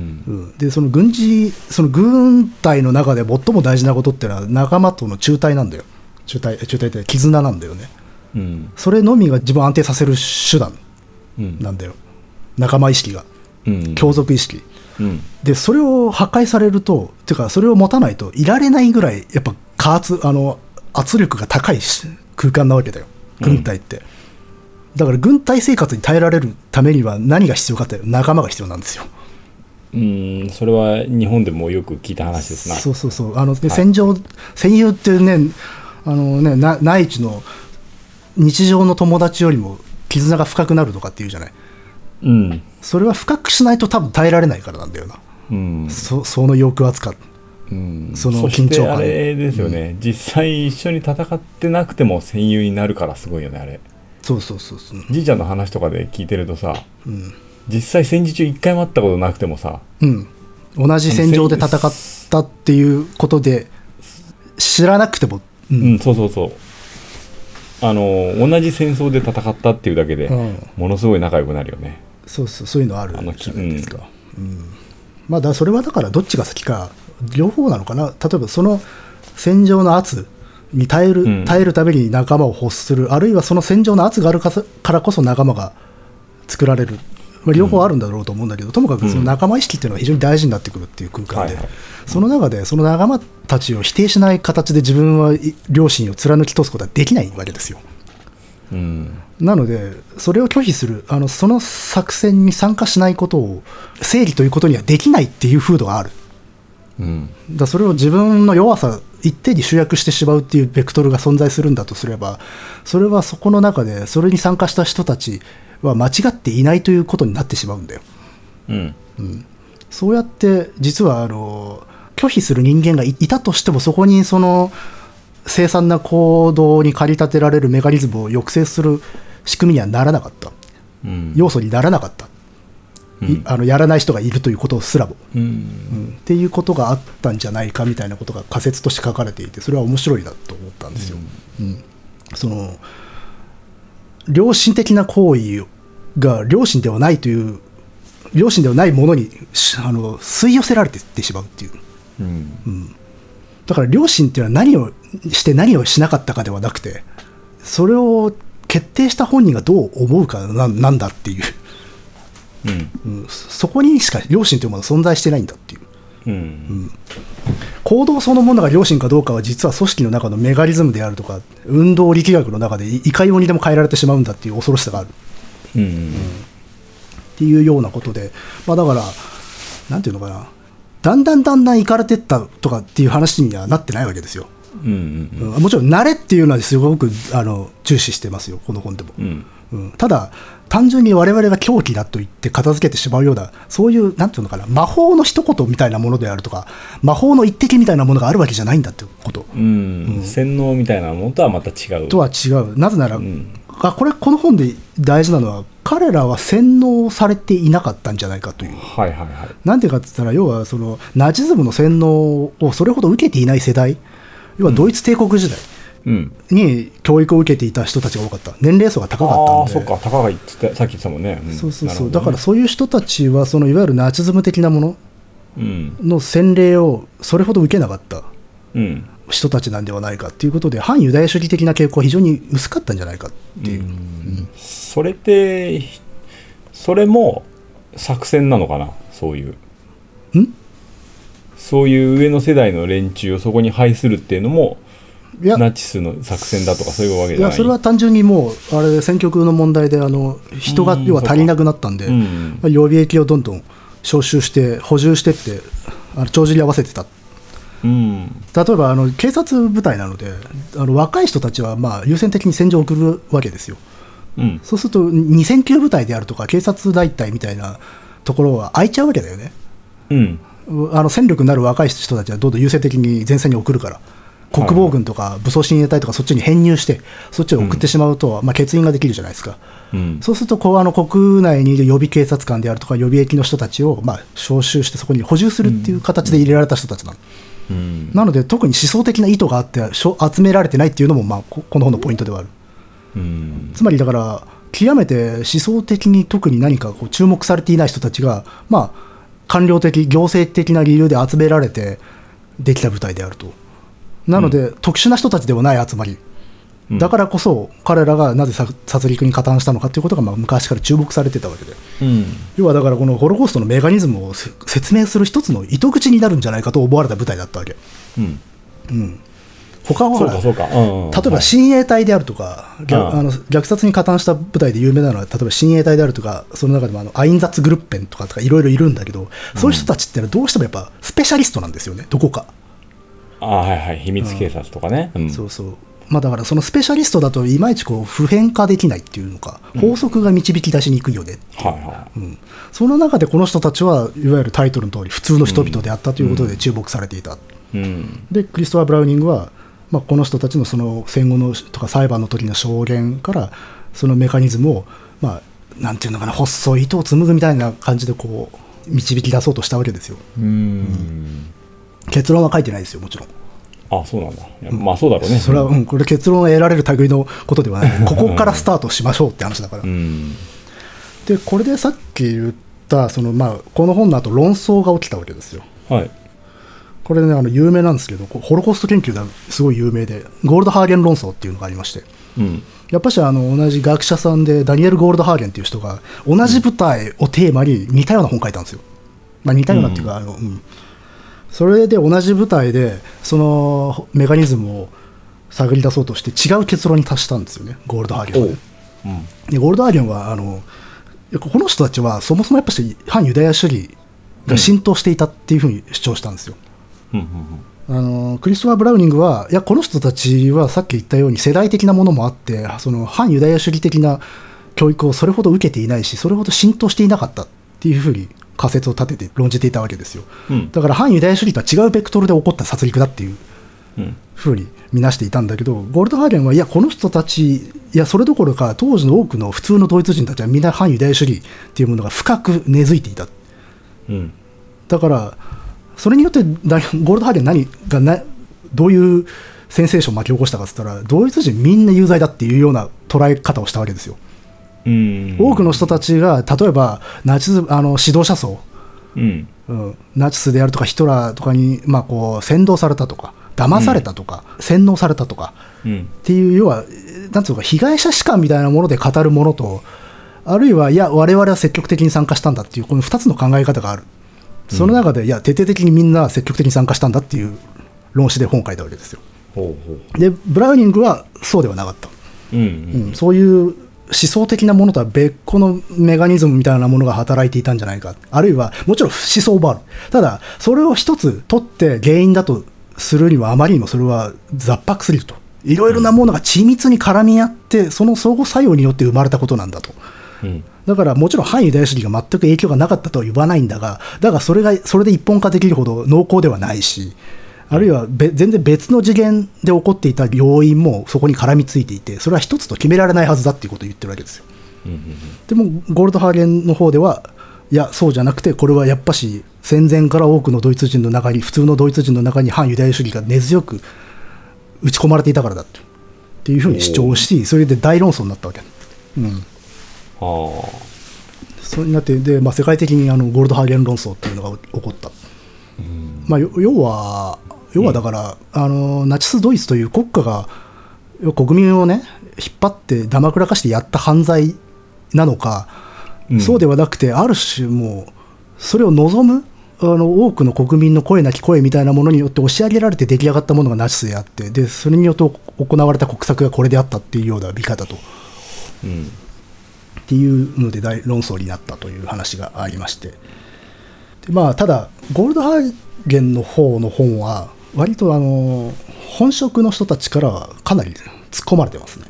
[SPEAKER 2] ん、でその軍事その軍隊の中で最も大事なことってのは仲間との中隊なんだよ中隊え中隊って絆なんだよね
[SPEAKER 1] うん
[SPEAKER 2] それのみが自分を安定させる手段
[SPEAKER 1] うん
[SPEAKER 2] なんだよ仲間意識が
[SPEAKER 1] うん
[SPEAKER 2] 共属意識、
[SPEAKER 1] うん
[SPEAKER 2] でそれを破壊されるとていうかそれを持たないといられないぐらいやっぱ加圧あの圧力が高いし空間なわけだよ軍隊って、だから軍隊生活に耐えられるためには何が必要かって仲間が必要なんですよ
[SPEAKER 1] うんそれは日本でもよく聞いた話ですな
[SPEAKER 2] そうそうそうあの、で戦場戦友っていうねあのねな内地の日常の友達よりも絆が深くなるとかっていうじゃない
[SPEAKER 1] うん
[SPEAKER 2] それは深くしないと多分耐えられないからなんだよな、
[SPEAKER 1] うん
[SPEAKER 2] そその抑圧感
[SPEAKER 1] うん
[SPEAKER 2] その
[SPEAKER 1] そして
[SPEAKER 2] 緊張感
[SPEAKER 1] あれですよね、実際一緒に戦ってなくても戦友になるからすごいよねあれ
[SPEAKER 2] そうそうそうそう
[SPEAKER 1] じいちゃんの話とかで聞いてるとさ
[SPEAKER 2] うん、
[SPEAKER 1] 実際戦時中一回も会ったことなくてもさ
[SPEAKER 2] うん、同じ戦場で戦ったっていうことで知らなくても、
[SPEAKER 1] う
[SPEAKER 2] う
[SPEAKER 1] ん、
[SPEAKER 2] ん
[SPEAKER 1] そうそうそうあの同じ戦争で戦ったっていうだけで、
[SPEAKER 2] うん
[SPEAKER 1] ものすごい仲良くなるよね
[SPEAKER 2] そうそうそういうのある
[SPEAKER 1] あの
[SPEAKER 2] じゃないですか、うんまあだからそれはだからどっちが先か両方なのかな例えばその戦場の圧に耐える、
[SPEAKER 1] うん
[SPEAKER 2] 耐えるために仲間を欲するあるいはその戦場の圧があるかさからこそ仲間が作られる、まあ、両方あるんだろうと思うんだけど、ともかくその仲間意識っていうのは非常に大事になってくるっていう空間で、
[SPEAKER 1] はいはい
[SPEAKER 2] その中でその仲間たちを否定しない形で自分はい両親を貫き通すことはできないわけですよ。
[SPEAKER 1] うん
[SPEAKER 2] なので、それを拒否する、あのその作戦に参加しないことを整理ということにはできないっていう風土がある、
[SPEAKER 1] うん
[SPEAKER 2] だからそれを自分の弱さ、一定に集約してしまうっていうベクトルが存在するんだとすれば、それはそこの中で、それに参加した人たちは間違っていないということになってしまうんだよ。
[SPEAKER 1] うん
[SPEAKER 2] そうやって実はあの拒否する人間がいいたとしてもそこにその凄惨な行動に駆り立てられるメカニズムを抑制する仕組みにはならなかった
[SPEAKER 1] うん
[SPEAKER 2] 要素にならなかった、いあのやらない人がいるということすらも、
[SPEAKER 1] うん
[SPEAKER 2] うんっていうことがあったんじゃないかみたいなことが仮説として書かれていてそれは面白いなと思ったんですよ。うんその良心的な行為が良心ではないという良心ではないものにしあの吸い寄せられていってしまうっていう
[SPEAKER 1] うん
[SPEAKER 2] だから良心っていうのは何をして何をしなかったかではなくてそれを決定した本人がどう思うかななんだっていう、
[SPEAKER 1] うん
[SPEAKER 2] うんそこにしか良心というものは存在してないんだっていう
[SPEAKER 1] うん
[SPEAKER 2] 行動そのものが良心かどうかは実は組織の中のメガリズムであるとか運動力学の中でいいかようにでも変えられてしまうんだっていう恐ろしさがあるっ
[SPEAKER 1] うん
[SPEAKER 2] ていうようなことで、まあ、だからなんていうのかなだんだんだんだんいかれてったとかっていう話にはなってないわけですよ、
[SPEAKER 1] うん
[SPEAKER 2] うんもちろん慣れっていうのはすごくあの重視してますよこの本でも、
[SPEAKER 1] うん
[SPEAKER 2] うん、ただ単純に我々が狂気だと言って片付けてしまうようなそういうなんていうのかな魔法の一言みたいなものであるとか魔法の一滴みたいなものがあるわけじゃないんだってこと、
[SPEAKER 1] うん洗脳みたいなものとはまた違う
[SPEAKER 2] とは違うなぜなら、
[SPEAKER 1] ん
[SPEAKER 2] あこれこの本で大事なのは彼らは洗脳されていなかったんじゃないかという。
[SPEAKER 1] はいはいはい
[SPEAKER 2] なんでかって言ったら要はそのナチズムの洗脳をそれほど受けていない世代要はドイツ帝国時代
[SPEAKER 1] うん
[SPEAKER 2] に教育を受けていた人たちが多かった年齢層が高かった
[SPEAKER 1] あ
[SPEAKER 2] の
[SPEAKER 1] あ
[SPEAKER 2] で
[SPEAKER 1] そっか高が言ってたさっき言ってたもんね、ん
[SPEAKER 2] そうそうそう、
[SPEAKER 1] なるほ
[SPEAKER 2] だから
[SPEAKER 1] どね
[SPEAKER 2] そういう人たちはそのいわゆるナチズム的なもの
[SPEAKER 1] うん
[SPEAKER 2] の洗礼をそれほど受けなかった
[SPEAKER 1] うん
[SPEAKER 2] 人たちなんではないかということで反ユダヤ主義的な傾向は非常に薄かったんじゃないかっていう、
[SPEAKER 1] それってひそれも作戦なのかなそういうんそういう上の世代の連中をそこに配するっていうのも
[SPEAKER 2] いや
[SPEAKER 1] ナチスの作戦だとかそういうわけ
[SPEAKER 2] い
[SPEAKER 1] じゃ
[SPEAKER 2] や
[SPEAKER 1] ない
[SPEAKER 2] それは単純にもうあれ選挙区の問題であの人が
[SPEAKER 1] うん
[SPEAKER 2] 要は足りなくなったんで、
[SPEAKER 1] うん
[SPEAKER 2] まあ予備役をどんどん招集して補充してってあの帳尻合わせてた
[SPEAKER 1] うん
[SPEAKER 2] 例えばあの警察部隊なのであの若い人たちはまあ優先的に戦場を送るわけですよ
[SPEAKER 1] うん
[SPEAKER 2] そうすると2000級部隊であるとか警察大隊みたいなところは空いちゃうわけだよね
[SPEAKER 1] うん
[SPEAKER 2] うあの戦力になる若い人たちはどんどん優先的に前線に送るから国防軍とか武装親衛隊とかそっちに編入してそっちに送ってしまうと、まあ、欠員ができるじゃないですか。
[SPEAKER 1] うん
[SPEAKER 2] そうするとこうあの国内にいる予備警察官であるとか予備役の人たちをまあ招集してそこに補充するっていう形で入れられた人たちなの、
[SPEAKER 1] うん
[SPEAKER 2] なので特に思想的な意図があってしょ集められてないっていうのも、まあ、ここの本のポイントではある
[SPEAKER 1] うん
[SPEAKER 2] つまりだから極めて思想的に特に何かこう注目されていない人たちが、まあ、官僚的行政的な理由で集められてできた部隊であるとなので、特殊な人たちではない集まり
[SPEAKER 1] うん
[SPEAKER 2] だからこそ彼らがなぜ殺殺戮に加担したのかということが、まあ、昔から注目されてたわけで
[SPEAKER 1] うん
[SPEAKER 2] 要はだからこのホロコーストのメカニズムをせ説明する一つの糸口になるんじゃないかと思われた部隊だったわけ
[SPEAKER 1] うん
[SPEAKER 2] 他
[SPEAKER 1] そ
[SPEAKER 2] はほ
[SPEAKER 1] う
[SPEAKER 2] ら
[SPEAKER 1] かそうか、うん、
[SPEAKER 2] 例えば
[SPEAKER 1] はい
[SPEAKER 2] 親衛隊であるとか、逆
[SPEAKER 1] うん
[SPEAKER 2] あの虐殺に加担した部隊で有名なのは、例えば親衛隊であるとか、その中でもあのアインザッツグルッペンとかとかいろいろいるんだけど、そういう人たちってのはどうしてもやっぱスペシャリストなんですよね、どこか。
[SPEAKER 1] あはいはい秘密警察とかね、うん
[SPEAKER 2] そうそうまあ、だからそのスペシャリストだといまいちこう普遍化できないっていうのか、法則が導き出しにくいよね、
[SPEAKER 1] はいはい、
[SPEAKER 2] うんその中でこの人たちはいわゆるタイトルの通り、普通の人々であったということで注目されていた。
[SPEAKER 1] うん
[SPEAKER 2] でクリストファー・ブラウニングは、まあ、この人たちのその戦後のとか裁判の時の証言からそのメカニズムを、まあ、なんていうのかな細い糸を紡ぐみたいな感じでこう導き出そうとしたわけですよ
[SPEAKER 1] うん、
[SPEAKER 2] 結論は書いてないですよもちろん
[SPEAKER 1] あそうなんだいやまあそうだろうね
[SPEAKER 2] それは、うん、これ結論を得られる類のことではないここからスタートしましょうって話だから
[SPEAKER 1] うん
[SPEAKER 2] でこれでさっき言ったその、まあ、この本の後論争が起きたわけですよ
[SPEAKER 1] はい
[SPEAKER 2] これねあの有名なんですけどこうホロコースト研究ですごい有名でゴールドハーゲン論争っていうのがありまして
[SPEAKER 1] うん
[SPEAKER 2] やっぱしあの同じ学者さんでダニエル・ゴールドハーゲンっていう人が同じ舞台をテーマに似たような本書いたんですよ、まあ、似たようなっていうか、あのうん、それで同じ舞台でそのメカニズムを探り出そうとして違う結論に達したんですよねゴールドハーゲン
[SPEAKER 1] お
[SPEAKER 2] は
[SPEAKER 1] う
[SPEAKER 2] ね
[SPEAKER 1] うん
[SPEAKER 2] でゴールドハーゲンはあのこの人たちはそもそもやっぱし反ユダヤ主義が浸透していたっていうふうに主張したんですよ、
[SPEAKER 1] うんうん
[SPEAKER 2] あのクリストファー・ブラウニングはいやこの人たちはさっき言ったように世代的なものもあってその反ユダヤ主義的な教育をそれほど受けていないしそれほど浸透していなかったっていうふうに仮説を立てて論じていたわけですよ
[SPEAKER 1] うん
[SPEAKER 2] だから反ユダヤ主義とは違うベクトルで起こった殺戮だっていう
[SPEAKER 1] うん
[SPEAKER 2] ふうに見なしていたんだけどゴールドハーゲンはいやこの人たちいやそれどころか当時の多くの普通のドイツ人たちはみんな反ユダヤ主義っていうものが深く根付いていた
[SPEAKER 1] うん
[SPEAKER 2] だからそれによってだゴールドハーゲン何がなどういうセンセーションを巻き起こしたかっつったらドイツ人みんな有罪だっていうような捉え方をしたわけですよ
[SPEAKER 1] うん
[SPEAKER 2] 多くの人たちが例えばナチスあの指導者層、
[SPEAKER 1] うん
[SPEAKER 2] うん、ナチスであるとかヒトラーとかに、まあ、こう扇動されたとか騙されたとか、洗脳されたとか
[SPEAKER 1] うん
[SPEAKER 2] っていう要はえーなんつうのか被害者士官みたいなもので語るものとあるいはいや我々は積極的に参加したんだっていうこの2つの考え方があるその中で、いや徹底的にみんな積極的に参加したんだっていう論旨で本を書いたわけですよ
[SPEAKER 1] ほうほう
[SPEAKER 2] でブラウニングはそうではなかった、
[SPEAKER 1] うんう
[SPEAKER 2] うんん、そういう思想的なものとは別個のメカニズムみたいなものが働いていたんじゃないかあるいはもちろん思想もあるただそれを一つ取って原因だとするにはあまりにもそれは雑白すぎるといろいろなものが緻密に絡み合ってその相互作用によって生まれたことなんだと
[SPEAKER 1] うん
[SPEAKER 2] だからもちろん反ユダヤ主義が全く影響がなかったとは言わないんだが、だがそれがそれで一本化できるほど濃厚ではないし、あるいはべ全然別の次元で起こっていた要因もそこに絡みついていて、それは一つと決められないはずだっていうことを言ってるわけですよ。
[SPEAKER 1] うん
[SPEAKER 2] でも、ゴールドハーゲンの方では、いや、そうじゃなくて、これはやっぱし戦前から多くのドイツ人の中に、普通のドイツ人の中に反ユダヤ主義が根強く打ち込まれていたからだってっていうふうに主張し、それで大論争になったわけ。うん
[SPEAKER 1] ああ
[SPEAKER 2] それになってで、まあ、世界的にあのゴールドハーゲン論争っていうのが起こった、まあ、よ要は要はだから、あのナチス・ドイツという国家が国民をね引っ張ってだまくらかしてやった犯罪なのか、
[SPEAKER 1] うん
[SPEAKER 2] そうではなくてある種もうそれを望むあの多くの国民の声なき声みたいなものによって押し上げられて出来上がったものがナチスであってでそれによって行われた国策がこれであったっていうような見方と。
[SPEAKER 1] うん
[SPEAKER 2] っていうので大論争になったという話がありましてで、まあ、ただゴールドハーゲンの方の本は割とあの本職の人たちからはかなり突っ込まれてますね、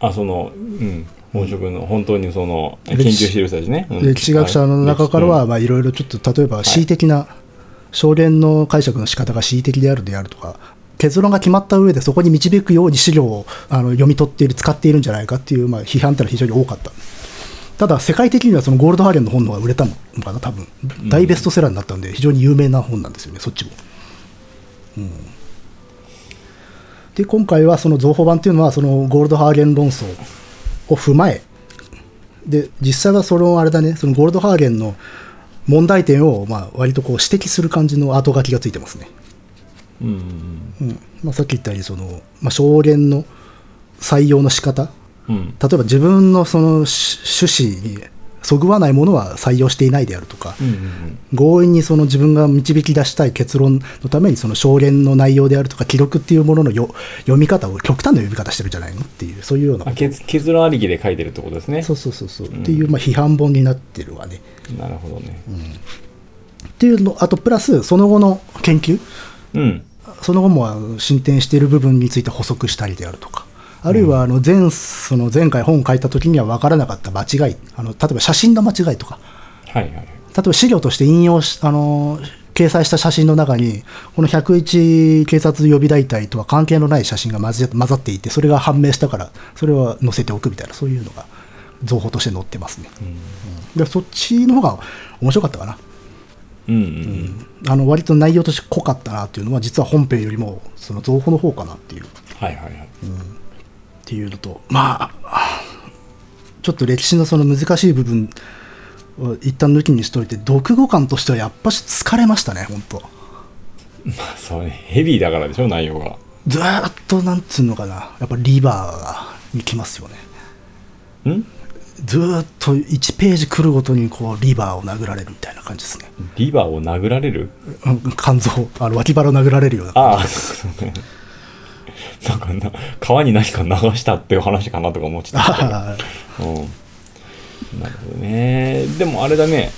[SPEAKER 1] あそのうん本職の本当にその研
[SPEAKER 2] 歴
[SPEAKER 1] 究
[SPEAKER 2] 史
[SPEAKER 1] してる人たちね、うん
[SPEAKER 2] 歴史学者の中からはまあいろいろちょっと例えば恣意的な証言の解釈の仕方が恣意的であるであるとか結論が決まった上でそこに導くように資料をあの読み取っている使っているんじゃないかっていうまあ批判ってのは非常に多かったただ世界的にはそのゴールドハーゲンの本の方が売れたのかな多分大ベストセラーになったんで非常に有名な本なんですよねそっちもで今回はその造法版っていうのはそのゴールドハーゲン論争を踏まえで実際はそのあれだねそのゴールドハーゲンの問題点をまあ割とこう指摘する感じの後書きがついてますね、
[SPEAKER 1] うん
[SPEAKER 2] うんまあ、さっき言ったようにその、まあ、証言の採用の仕方
[SPEAKER 1] うん
[SPEAKER 2] 例えば自分のそのし趣旨にそぐわないものは採用していないであるとか、
[SPEAKER 1] うんうん
[SPEAKER 2] 強引にその自分が導き出したい結論のためにその証言の内容であるとか記録っていうもののよ読み方を極端な読み方してるんじゃないのっていうそういうような
[SPEAKER 1] あ結結論ありきで書いてるってことですね
[SPEAKER 2] そうそうそうそう、っていうまあ批判本になってるわね
[SPEAKER 1] なるほどね
[SPEAKER 2] っていうのあとプラスその後の研究
[SPEAKER 1] うん
[SPEAKER 2] その後もあの進展している部分について補足したりであるとかあるいはあの前,、その前回本を書いた時には分からなかった間違いあの例えば写真の間違いとか
[SPEAKER 1] はいはい
[SPEAKER 2] 例えば資料として引用し、あのー掲載した写真の中に、この101警察予備大隊とは関係のない写真が混ぜ混ざっていて、それが判明したから、それは載せておくみたいな、そういうのが、情報として載ってますね。うんでそっちの方が面白かったかな。
[SPEAKER 1] うんうん
[SPEAKER 2] あの割と内容として濃かったなっていうのは、実は本編よりも、その情報の方かなっていう。
[SPEAKER 1] はいはいはい
[SPEAKER 2] っていうのとまあちょっと歴史のその難しい部分を一旦抜きにしといて読後感としてはやっぱし疲れましたね本当
[SPEAKER 1] まあそれヘビーだからでしょ内容が
[SPEAKER 2] ずーっとなんつうのかなやっぱリバーがにきますよね
[SPEAKER 1] ん
[SPEAKER 2] ずーっと1ページ来るごとにこうリバーを殴られるみたいな感じですね
[SPEAKER 1] リバーを殴られる
[SPEAKER 2] うん肝臓あの脇腹を殴られるような
[SPEAKER 1] ああそうそうなんかな川に何か流したっていう話かなとか思ってたけど
[SPEAKER 2] あ
[SPEAKER 1] う
[SPEAKER 2] ー
[SPEAKER 1] ん、なるほどねでもあれだね、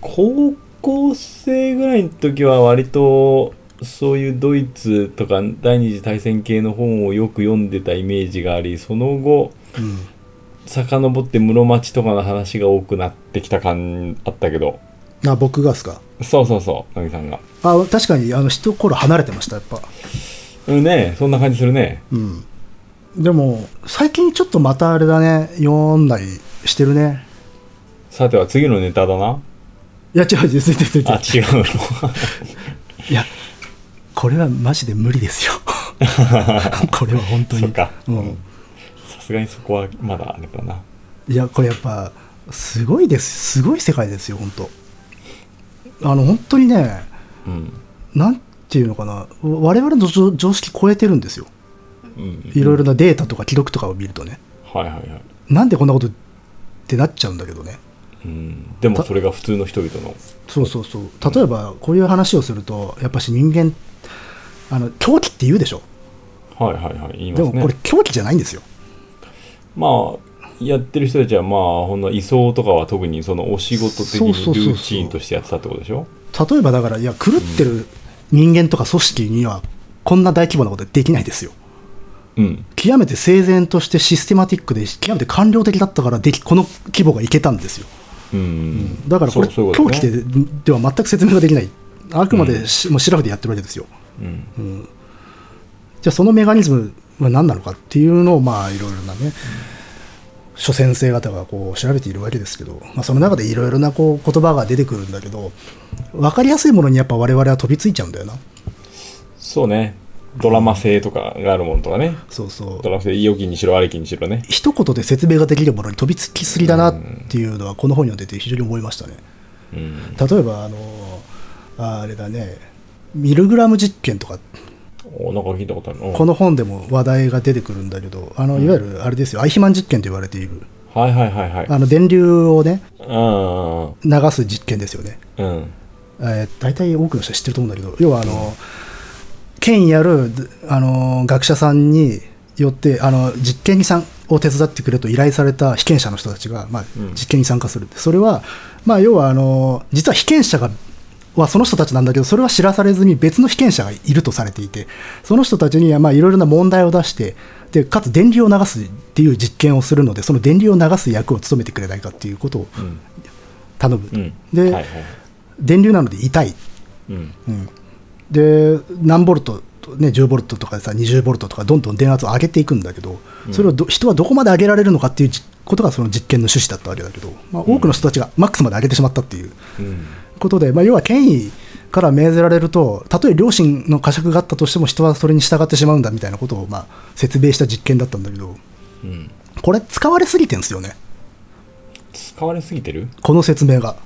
[SPEAKER 1] 高校生ぐらいの時は割とそういうドイツとか第二次大戦系の本をよく読んでたイメージがありその後
[SPEAKER 2] うん
[SPEAKER 1] 遡って室町とかの話が多くなってきた感あったけど
[SPEAKER 2] な僕がですか
[SPEAKER 1] そうそうそう奈木さんが
[SPEAKER 2] あ確かにあの一頃離れてましたやっぱ
[SPEAKER 1] うんねそんな感じするね
[SPEAKER 2] うん、でも最近ちょっとまたあれだね読んだりしてるね
[SPEAKER 1] さては次のネタだない
[SPEAKER 2] や違う違う違う違う違う
[SPEAKER 1] あ違うの
[SPEAKER 2] いやこれはマジで無理です よこれは本当に
[SPEAKER 1] そっか
[SPEAKER 2] うん、
[SPEAKER 1] さすがにそこはまだあれだない
[SPEAKER 2] やこれやっぱすごいですすごい世界ですよ本当あの本当にね
[SPEAKER 1] うん
[SPEAKER 2] なんていうのかな我々の常常識超えてるんですよ
[SPEAKER 1] うん
[SPEAKER 2] いろいろなデータとか記録とかを見るとね
[SPEAKER 1] はいはいはい
[SPEAKER 2] なんでこんなことってなっちゃうんだけどね
[SPEAKER 1] うん、でも
[SPEAKER 2] た
[SPEAKER 1] それが普通の人々の
[SPEAKER 2] そうそうそう例えばこういう話をするとやっぱし人間あの狂気って言うでしょ
[SPEAKER 1] はいはいはい言いま
[SPEAKER 2] です
[SPEAKER 1] ね
[SPEAKER 2] もこれ狂気じゃないんですよ
[SPEAKER 1] まあやってる人たちはまあほんの位相とかは特にそのお仕事的にル
[SPEAKER 2] そうそうそうそう
[SPEAKER 1] ーチンとしてやってたってことでしょ
[SPEAKER 2] 例えばだからいや狂ってる人間とか組織にはこんな大規模なことできないですよ
[SPEAKER 1] うん
[SPEAKER 2] 極めて整然としてシステマティックで極めて官僚的だったからできこの規模がいけたんですよ
[SPEAKER 1] うん
[SPEAKER 2] だからこれ
[SPEAKER 1] そうそういうこ
[SPEAKER 2] 狂
[SPEAKER 1] とね
[SPEAKER 2] 気ででは全く説明ができないあくまでし、もうシラフでやってるわけですよ
[SPEAKER 1] うん
[SPEAKER 2] じゃあそのメカニズムは何なのかっていうのをまあいろいろなね諸先生方がこう調べているわけですけど、まあ、その中でいろいろなこう言葉が出てくるんだけど分かりやすいものにやっぱ我々は飛びついちゃうんだよな
[SPEAKER 1] そうねドラマ性とかがあるものとかね
[SPEAKER 2] そうそう
[SPEAKER 1] ドラマ性良きにしろありきにしろね
[SPEAKER 2] 一言で説明ができるものに飛びつきすぎだなっていうのはこの本読んでて非常に思いましたね
[SPEAKER 1] うん
[SPEAKER 2] 例えばあのあれだねミルグラム実験とか
[SPEAKER 1] おなんか聞いたことあるうん
[SPEAKER 2] この本でも話題が出てくるんだけどあのいわゆるあれですよアイヒマン実験と言われている
[SPEAKER 1] はいはいはいはい
[SPEAKER 2] あの電流をね
[SPEAKER 1] あ
[SPEAKER 2] 流す実験ですよね、
[SPEAKER 1] あうん
[SPEAKER 2] えー大体多くの人は知ってると思うんだけど要はあの、権威あるあの学者さんによってあの実験に参を手伝ってくれと依頼された被験者の人たちが、まあ、
[SPEAKER 1] うん
[SPEAKER 2] 実験に参加する、それは、まあ、要はあの実は被験者がはその人たちなんだけどそれは知らされずに別の被験者がいるとされていてその人たちにはまあいろいろな問題を出してでかつ電流を流すっていう実験をするのでその電流を流す役を務めてくれないかっていうことを
[SPEAKER 1] うん
[SPEAKER 2] 頼む、
[SPEAKER 1] うん
[SPEAKER 2] で、
[SPEAKER 1] はいはい
[SPEAKER 2] 電流なので痛い、
[SPEAKER 1] うん
[SPEAKER 2] うんで何ボルトと、ね、10ボルトとかさ20ボルトとかどんどん電圧を上げていくんだけどそれをど人はどこまで上げられるのかっていうじことがその実験の趣旨だったわけだけど、まあ、多くの人たちがマックスまで上げてしまったっていう
[SPEAKER 1] うん
[SPEAKER 2] ことで、まあ、要は権威から命ぜられるとたとえ両親の呵責があったとしても人はそれに従ってしまうんだみたいなことを、まあ、説明した実験だったんだけど
[SPEAKER 1] うん、
[SPEAKER 2] これ使われすぎてんですよね
[SPEAKER 1] 使われすぎてる
[SPEAKER 2] この説明が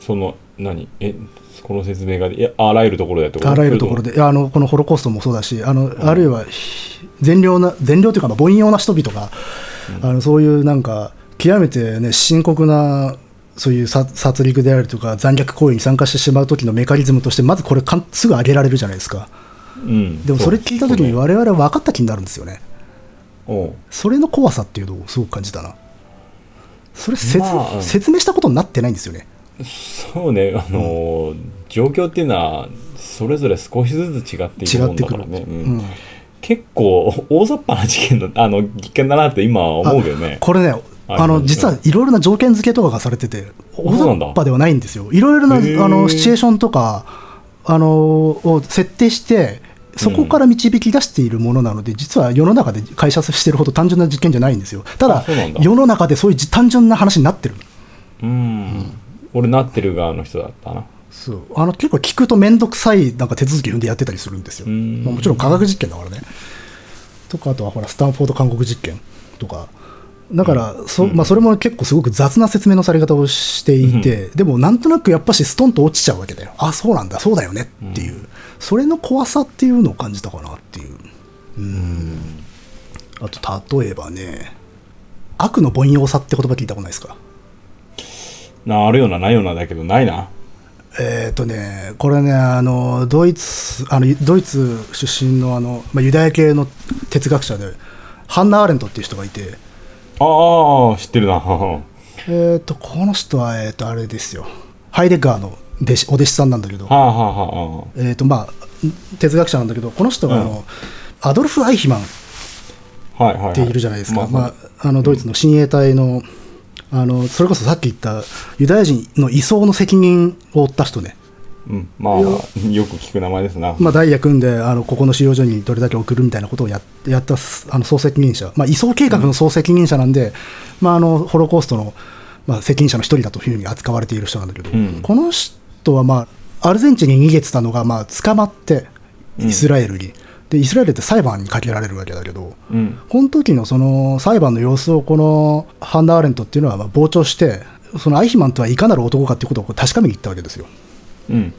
[SPEAKER 1] その何えこの説明がいやあらゆるところでってこと
[SPEAKER 2] あらゆるところでいやあのこのホロコーストもそうだしあの、あるいはひ善良な善良というかまあ凡庸な人々が、あのそういうなんか極めて、ね、深刻なそういう殺殺戮であるとか残虐行為に参加してしまう時のメカニズムとしてまずこれかんすぐ上げられるじゃないですか
[SPEAKER 1] それともうん、
[SPEAKER 2] でもそれ聞いた時に
[SPEAKER 1] は
[SPEAKER 2] 我々は分かった気になるんですよね
[SPEAKER 1] おう
[SPEAKER 2] それの怖さっていうのをすごく感じたなそれ説,、
[SPEAKER 1] まあ
[SPEAKER 2] 説明したことになってないんですよね
[SPEAKER 1] そうねあのー状況っていうのはそれぞれ少しずつ違っていく
[SPEAKER 2] 違
[SPEAKER 1] も
[SPEAKER 2] っ
[SPEAKER 1] ん
[SPEAKER 2] て
[SPEAKER 1] だ
[SPEAKER 2] く
[SPEAKER 1] か
[SPEAKER 2] る
[SPEAKER 1] らね、う
[SPEAKER 2] うん
[SPEAKER 1] ん結構大雑把な事件だあの実験だなって今は思うけどね
[SPEAKER 2] これね、
[SPEAKER 1] あ
[SPEAKER 2] あ
[SPEAKER 1] い
[SPEAKER 2] の
[SPEAKER 1] いです
[SPEAKER 2] 実
[SPEAKER 1] ね
[SPEAKER 2] はいろいろな条件付けとかがされてて、
[SPEAKER 1] そう
[SPEAKER 2] 大
[SPEAKER 1] な
[SPEAKER 2] 雑
[SPEAKER 1] んだ
[SPEAKER 2] 把ではないんですよ、いろいろなあ
[SPEAKER 1] へー
[SPEAKER 2] のシチュエーションとかあのを設定して、そこから導き出しているものなので、実は世の中で会社してるほど単純な実験じゃないんですよ、た
[SPEAKER 1] あ
[SPEAKER 2] だ
[SPEAKER 1] そうなん、だ
[SPEAKER 2] 世の中でそういうじ単純な話になってる、
[SPEAKER 1] うん、俺なってる側の人だったな
[SPEAKER 2] そうあの結構聞くと面倒くさいなんか手続き踏んでやってたりするんですよ、
[SPEAKER 1] うん
[SPEAKER 2] まあもちろん科学実験だからね。とか、あとはほらスタンフォード韓国実験とか、だからそ,、まあ、それも結構すごく雑な説明のされ方をしていて、でもなんとなくやっぱしストンと落ちちゃうわけだよ、あそうなんだ、そうだよねっていう、それの怖さっていうのを感じたかなっていう。うんあと例えばね、悪の凡庸さって言葉聞いたことないですか
[SPEAKER 1] なあるようなないようなだけどないな
[SPEAKER 2] えーとね、これね、あのドイツあのドイツ出身のあの、まあ、ユダヤ系の哲学者で、ハンナ・アーレントっていう人がいて、
[SPEAKER 1] ああ知ってるな は
[SPEAKER 2] えーとこの人は、えーとあれですよ、ハイデガーの弟子お弟子さんなんだけど、
[SPEAKER 1] あはあはあ
[SPEAKER 2] えーとまあ、哲学者なんだけど、この人があの、
[SPEAKER 1] うん
[SPEAKER 2] アドルフ・アイヒマンっ
[SPEAKER 1] はいはい、はい、
[SPEAKER 2] ているじゃないですか、
[SPEAKER 1] まあ
[SPEAKER 2] まあ、あのドイツの親衛隊のあの、それこそさっき言ったユダヤ人の移送の責任を負った人ね。
[SPEAKER 1] うん、まあよく聞く名前ですな、
[SPEAKER 2] まあ、ダイヤ組んであのここの収容所にどれだけ送るみたいなことをややったすあの総責任者、まあ、移送計画の総責任者なんで、まあ、あのホロコーストの、まあ、責任者の一人だというふうに扱われている人なんだけど、
[SPEAKER 1] うん
[SPEAKER 2] この人は、まあ、アルゼンチンに逃げてたのが、まあ、捕まってイスラエルに、でイスラエルって裁判にかけられるわけだけど。
[SPEAKER 1] うん
[SPEAKER 2] この時のその裁判の様子をこのハンナ・アーレントっていうのはまあ傍聴してそのアイヒマンとはいかなる男かっていうことをこう確かめに行ったわけですよ、
[SPEAKER 1] うん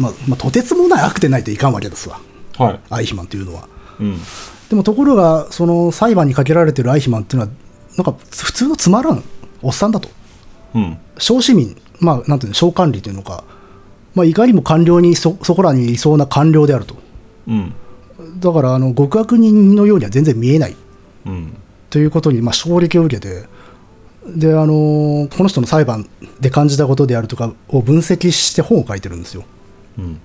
[SPEAKER 2] まあまあ、とてつもない悪でないといかんわけですわ
[SPEAKER 1] はい
[SPEAKER 2] アイヒマンというのは。
[SPEAKER 1] うん
[SPEAKER 2] でもところが、その裁判にかけられてるアイヒマンっていうのは、なんか普通のつまらんおっさんだと、
[SPEAKER 1] うん
[SPEAKER 2] 小市民、まあ、なんていうの、小管理というのか、まあ、いかにも官僚にそ、そこらにいそうな官僚であると、
[SPEAKER 1] うん
[SPEAKER 2] だからあの極悪人のようには全然見えない
[SPEAKER 1] うん
[SPEAKER 2] ということに、まあ、衝撃を受けて、であのこの人の裁判で感じたことであるとかを分析して本を書いてるんですよ。
[SPEAKER 1] うん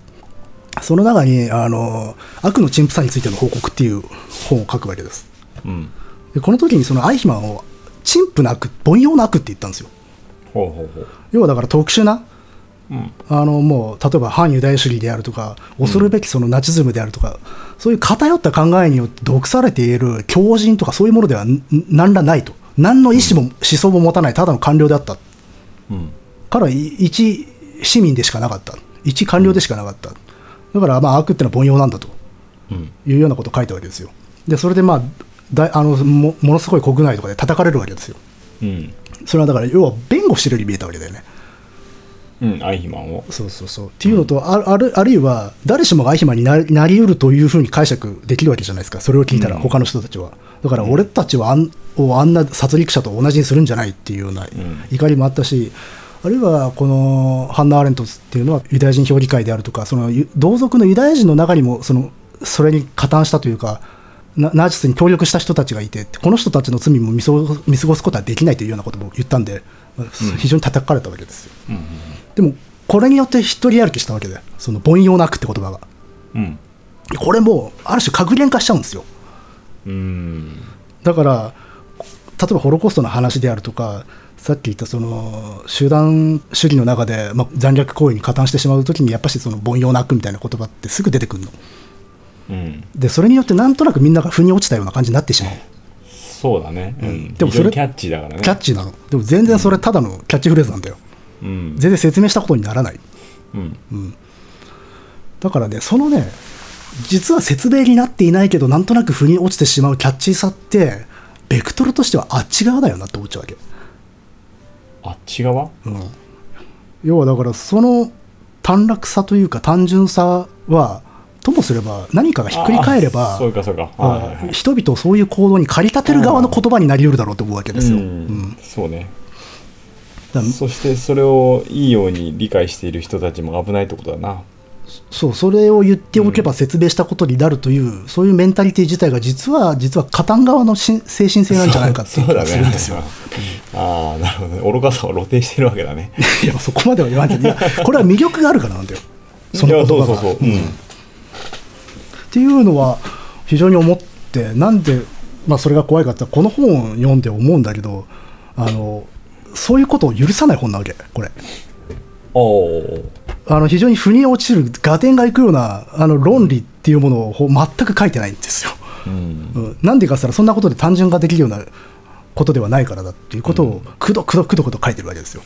[SPEAKER 2] その中にあの悪の陳腐さについての報告っていう本を書くわけです。
[SPEAKER 1] うん
[SPEAKER 2] でこの時にそのアイヒマンを陳腐な悪凡庸な悪って言ったんですよ
[SPEAKER 1] ほうほうほう
[SPEAKER 2] 要はだから特殊な
[SPEAKER 1] うん
[SPEAKER 2] あのもう例えば反ユダヤ主義であるとか恐るべきそのナチズムであるとか、そういう偏った考えによって毒されている狂人とかそういうものではん何らないと何の意思も思想も持たないただの官僚であった
[SPEAKER 1] うん
[SPEAKER 2] からい一市民でしかなかった一官僚でしかなかった、だからまあ悪ってのは凡庸なんだと
[SPEAKER 1] うん
[SPEAKER 2] いうようなことを書いたわけですよでそれでまあだいあのもものすごい国内とかで叩かれるわけですよ
[SPEAKER 1] うん
[SPEAKER 2] それはだから要は弁護してるように見えたわけだよね。
[SPEAKER 1] うんアイヒマンを
[SPEAKER 2] そうそうそうっていうのと、ああるあるいは誰しもがアイヒマンにななりうるというふうに解釈できるわけじゃないですかそれを聞いたら
[SPEAKER 1] うん
[SPEAKER 2] 他の人たちは、だから俺たちはあんをあんな殺戮者と同じにするんじゃないっていうような怒りもあったし、あるいはこのハンナ・アーレントっていうのはユダヤ人評議会であるとかそのゆ同族のユダヤ人の中にもそのそれに加担したというかナナチスに協力した人たちがいてこの人たちの罪も見そ見過ごすことはできないというようなことも言ったんで、まあ非常に叩かれたわけですよ。でもこれによって一人歩きしたわけでその凡庸なくって言葉が
[SPEAKER 1] うん
[SPEAKER 2] これもうある種格言化しちゃうんですよ
[SPEAKER 1] うん
[SPEAKER 2] だから例えばホロコーストの話であるとかさっき言ったその集団主義の中で、まあ、残虐行為に加担してしまうときにやっぱしその凡庸な悪みたいな言葉ってすぐ出てくるの
[SPEAKER 1] うん
[SPEAKER 2] でそれによってなんとなくみんなが腑に落ちたような感じになってしまう
[SPEAKER 1] そうだねうん
[SPEAKER 2] でも
[SPEAKER 1] 非常
[SPEAKER 2] それ
[SPEAKER 1] にキャッチーだからね
[SPEAKER 2] キャッチーなのでも全然それただのキャッチフレーズなんだよ
[SPEAKER 1] うん
[SPEAKER 2] 全然説明したことにならない
[SPEAKER 1] うん
[SPEAKER 2] だからね、そのね、実は説明になっていないけど、なんとなく腑に落ちてしまうキャッチーさって、ベクトルとしてはあっち側だよなって思っちゃうわけ。
[SPEAKER 1] あっち側
[SPEAKER 2] うん、要はだからその短絡さというか単純さはともすれば何かがひっくり返れ
[SPEAKER 1] あ
[SPEAKER 2] ば
[SPEAKER 1] そうかそうか。はいはいは
[SPEAKER 2] うん
[SPEAKER 1] い
[SPEAKER 2] 人々をそういう行動に駆り立てる側の言葉になりうるだろうと思うわけですよ。
[SPEAKER 1] う
[SPEAKER 2] うん
[SPEAKER 1] ん、そうね。
[SPEAKER 2] だから
[SPEAKER 1] そしてそれをいいように理解している人たちも危ないってことだな。
[SPEAKER 2] そうそれを言っておけば説明したことになるという、そういうメンタリティ自体が実は実は加担側のし精神性なんじゃないかっていう気がするんですよ。
[SPEAKER 1] ああ、なるほどね。愚かさを露呈してるわけだね。
[SPEAKER 2] いやそこまでは言わんけ どいやこれは魅力があるからなんだよ。その
[SPEAKER 1] い
[SPEAKER 2] 言
[SPEAKER 1] や
[SPEAKER 2] 葉
[SPEAKER 1] そ
[SPEAKER 2] が
[SPEAKER 1] うそうそう。う
[SPEAKER 2] っていうのは非常に思ってなんで、まあ、それが怖いかって言ったらこの本を読んで思うんだけどあのそういうことを許さない本なわけこれ
[SPEAKER 1] ん。おー
[SPEAKER 2] あの非常に腑に落ちる合点がいくようなあの論理っていうものをほ全く書いてないんですよ、
[SPEAKER 1] うん。
[SPEAKER 2] うん、なんでかっつったらそんなことで単純化できるようなことではないからだっていうことをくどくどくどくど書いてるわけですよ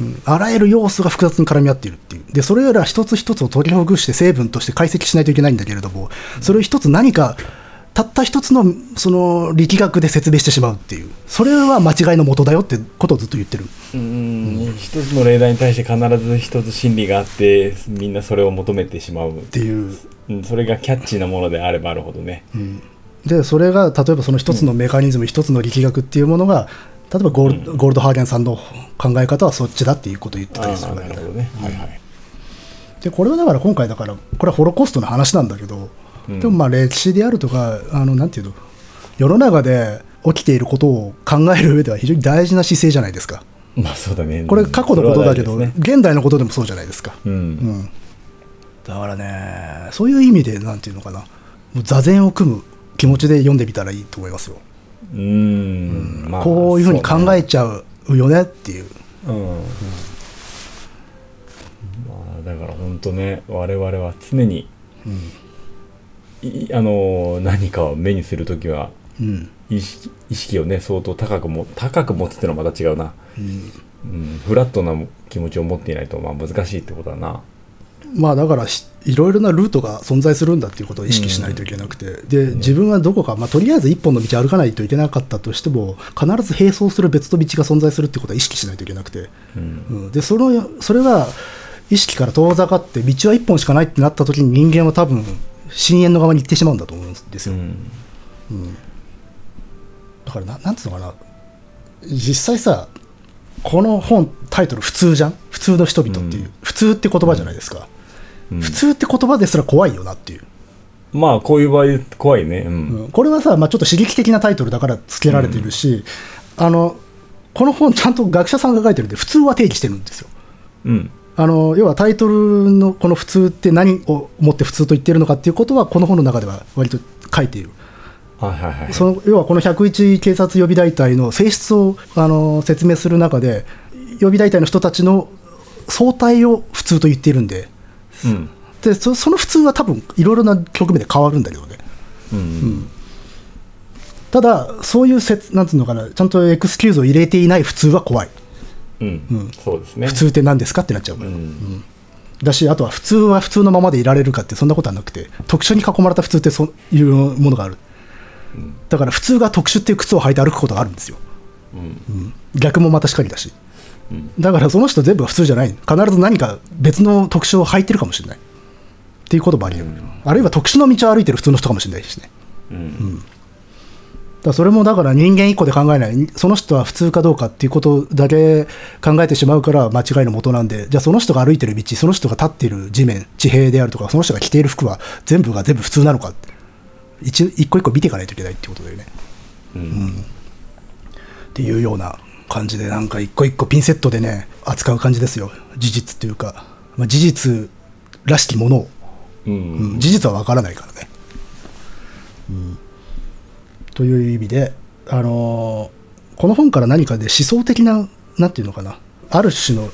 [SPEAKER 1] うん。
[SPEAKER 2] うんあらゆる要素が複雑に絡み合っているっていう。で、それら一つ一つを取りほぐして成分として解析しないといけないんだけれども、それを一つ何か、たった一つの、その、力学で説明してしまうっていう。それは間違いの元だよってことをずっと言ってる。
[SPEAKER 1] うん、一つの例題に対して必ず一つ心理があってみんなそれを求めてしまう
[SPEAKER 2] っていう。
[SPEAKER 1] うんそれがキャッチーなものであればあるほどね、
[SPEAKER 2] で、それが、例えばその一つのメカニズム、一つの力学っていうものが、例えばゴール、ゴールドハーゲンさんの考え方はそっちだっていうことを言って
[SPEAKER 1] あ
[SPEAKER 2] たりする
[SPEAKER 1] あ
[SPEAKER 2] わけ
[SPEAKER 1] な
[SPEAKER 2] だ
[SPEAKER 1] る
[SPEAKER 2] よ
[SPEAKER 1] ほどね、はいはい
[SPEAKER 2] でこれはだから今回だからこれはホロコーストの話なんだけど、
[SPEAKER 1] うん
[SPEAKER 2] でもまあ歴史であるとかあのなんていうの世の中で起きていることを考える上では非常に大事な姿勢じゃないですか
[SPEAKER 1] まあそうだね
[SPEAKER 2] これ過去のことだけど、
[SPEAKER 1] それは大事ですね
[SPEAKER 2] 現代のことでもそうじゃないですか、
[SPEAKER 1] う
[SPEAKER 2] うんんだからねそういう意味でなんていうのかなもう座禅を組む気持ちで読んでみたらいいと思いますよ、
[SPEAKER 1] うーんまあ
[SPEAKER 2] こういうふうに考
[SPEAKER 1] そ
[SPEAKER 2] えちゃうよねっていう
[SPEAKER 1] うねうん、まあだから本当ね我々は常に、いあの何かを目にする時は
[SPEAKER 2] うん
[SPEAKER 1] 意識意識をね相当高くも高く持つってのはまた違うな
[SPEAKER 2] うん
[SPEAKER 1] うん、フラットな気持ちを持っていないとまあ難しいってことだな。
[SPEAKER 2] まあだからしいろいろなルートが存在するんだっていうことを意識しないといけなくて、で自分はどこか、まあ、とりあえず一本の道歩かないといけなかったとしても必ず並走する別の道が存在するってことは意識しないといけなくて、
[SPEAKER 1] うん
[SPEAKER 2] うん、でそのそれが意識から遠ざかって道は一本しかないってなった時に人間は多分深淵の側に行ってしまうんだと思うんです
[SPEAKER 1] う
[SPEAKER 2] よ、
[SPEAKER 1] ん
[SPEAKER 2] だからななんつうのかな実際さこの本タイトル「普通じゃん普通の人々」っていう、
[SPEAKER 1] うん
[SPEAKER 2] 普通って言葉じゃないですか、
[SPEAKER 1] うん
[SPEAKER 2] 普通って言葉ですら怖いよなっていう
[SPEAKER 1] まあこういう場合怖いね。うん
[SPEAKER 2] うんこれはさ、まあ、ちょっと刺激的なタイトルだからつけられてるし、あのこの本、ちゃんと学者さんが書いてるんで、普通は定義してるんですよ。
[SPEAKER 1] うん
[SPEAKER 2] あの要はタイトルのこの普通って何をもって普通と言ってるのかっていうことは、この本の中では割と書いている。
[SPEAKER 1] はいはいはい。
[SPEAKER 2] その要はこの101警察予備大隊の性質をあの説明する中で、予備大隊の人たちの総体を普通と言っているんで、
[SPEAKER 1] うん
[SPEAKER 2] でそその普通は多分いろいろな局面で変わるんだけどね。
[SPEAKER 1] うん
[SPEAKER 2] ただそういう説なんつうのかなちゃんとエクスキューズを入れていない普通は怖い
[SPEAKER 1] うん、うん、そうですね。
[SPEAKER 2] 普通って何ですかってなっちゃうか
[SPEAKER 1] う
[SPEAKER 2] ら、
[SPEAKER 1] ん
[SPEAKER 2] だしあとは普通は普通のままでいられるかってそんなことはなくて特殊に囲まれた普通ってそういうものがあるだから普通が特殊っていう靴を履いて歩くことがあるんですよ、うん逆もまたしかりだし、だからその人全部が普通じゃない必ず何か別の特殊を履いてるかもしれないっていうこともあり得る、あるいは特殊の道を歩いてる普通の人かもしれないしね
[SPEAKER 1] うん
[SPEAKER 2] だからそれもだから人間一個で考えないその人は普通かどうかっていうことだけ考えてしまうから間違いのもとなんでじゃあその人が歩いてる道その人が立っている地面地平であるとかその人が着ている服は全部が全部普通なのかって一一個一個見ていかないといけないってことだよね
[SPEAKER 1] うん
[SPEAKER 2] っていうような感じでなんか一個一個ピンセットでね扱う感じですよ事実というか、まあ、事実らしきものを
[SPEAKER 1] うん
[SPEAKER 2] うん事実は分からないからね。という意味で、あのーこの本から何かで思想的な、なんていうのかな、ある種の思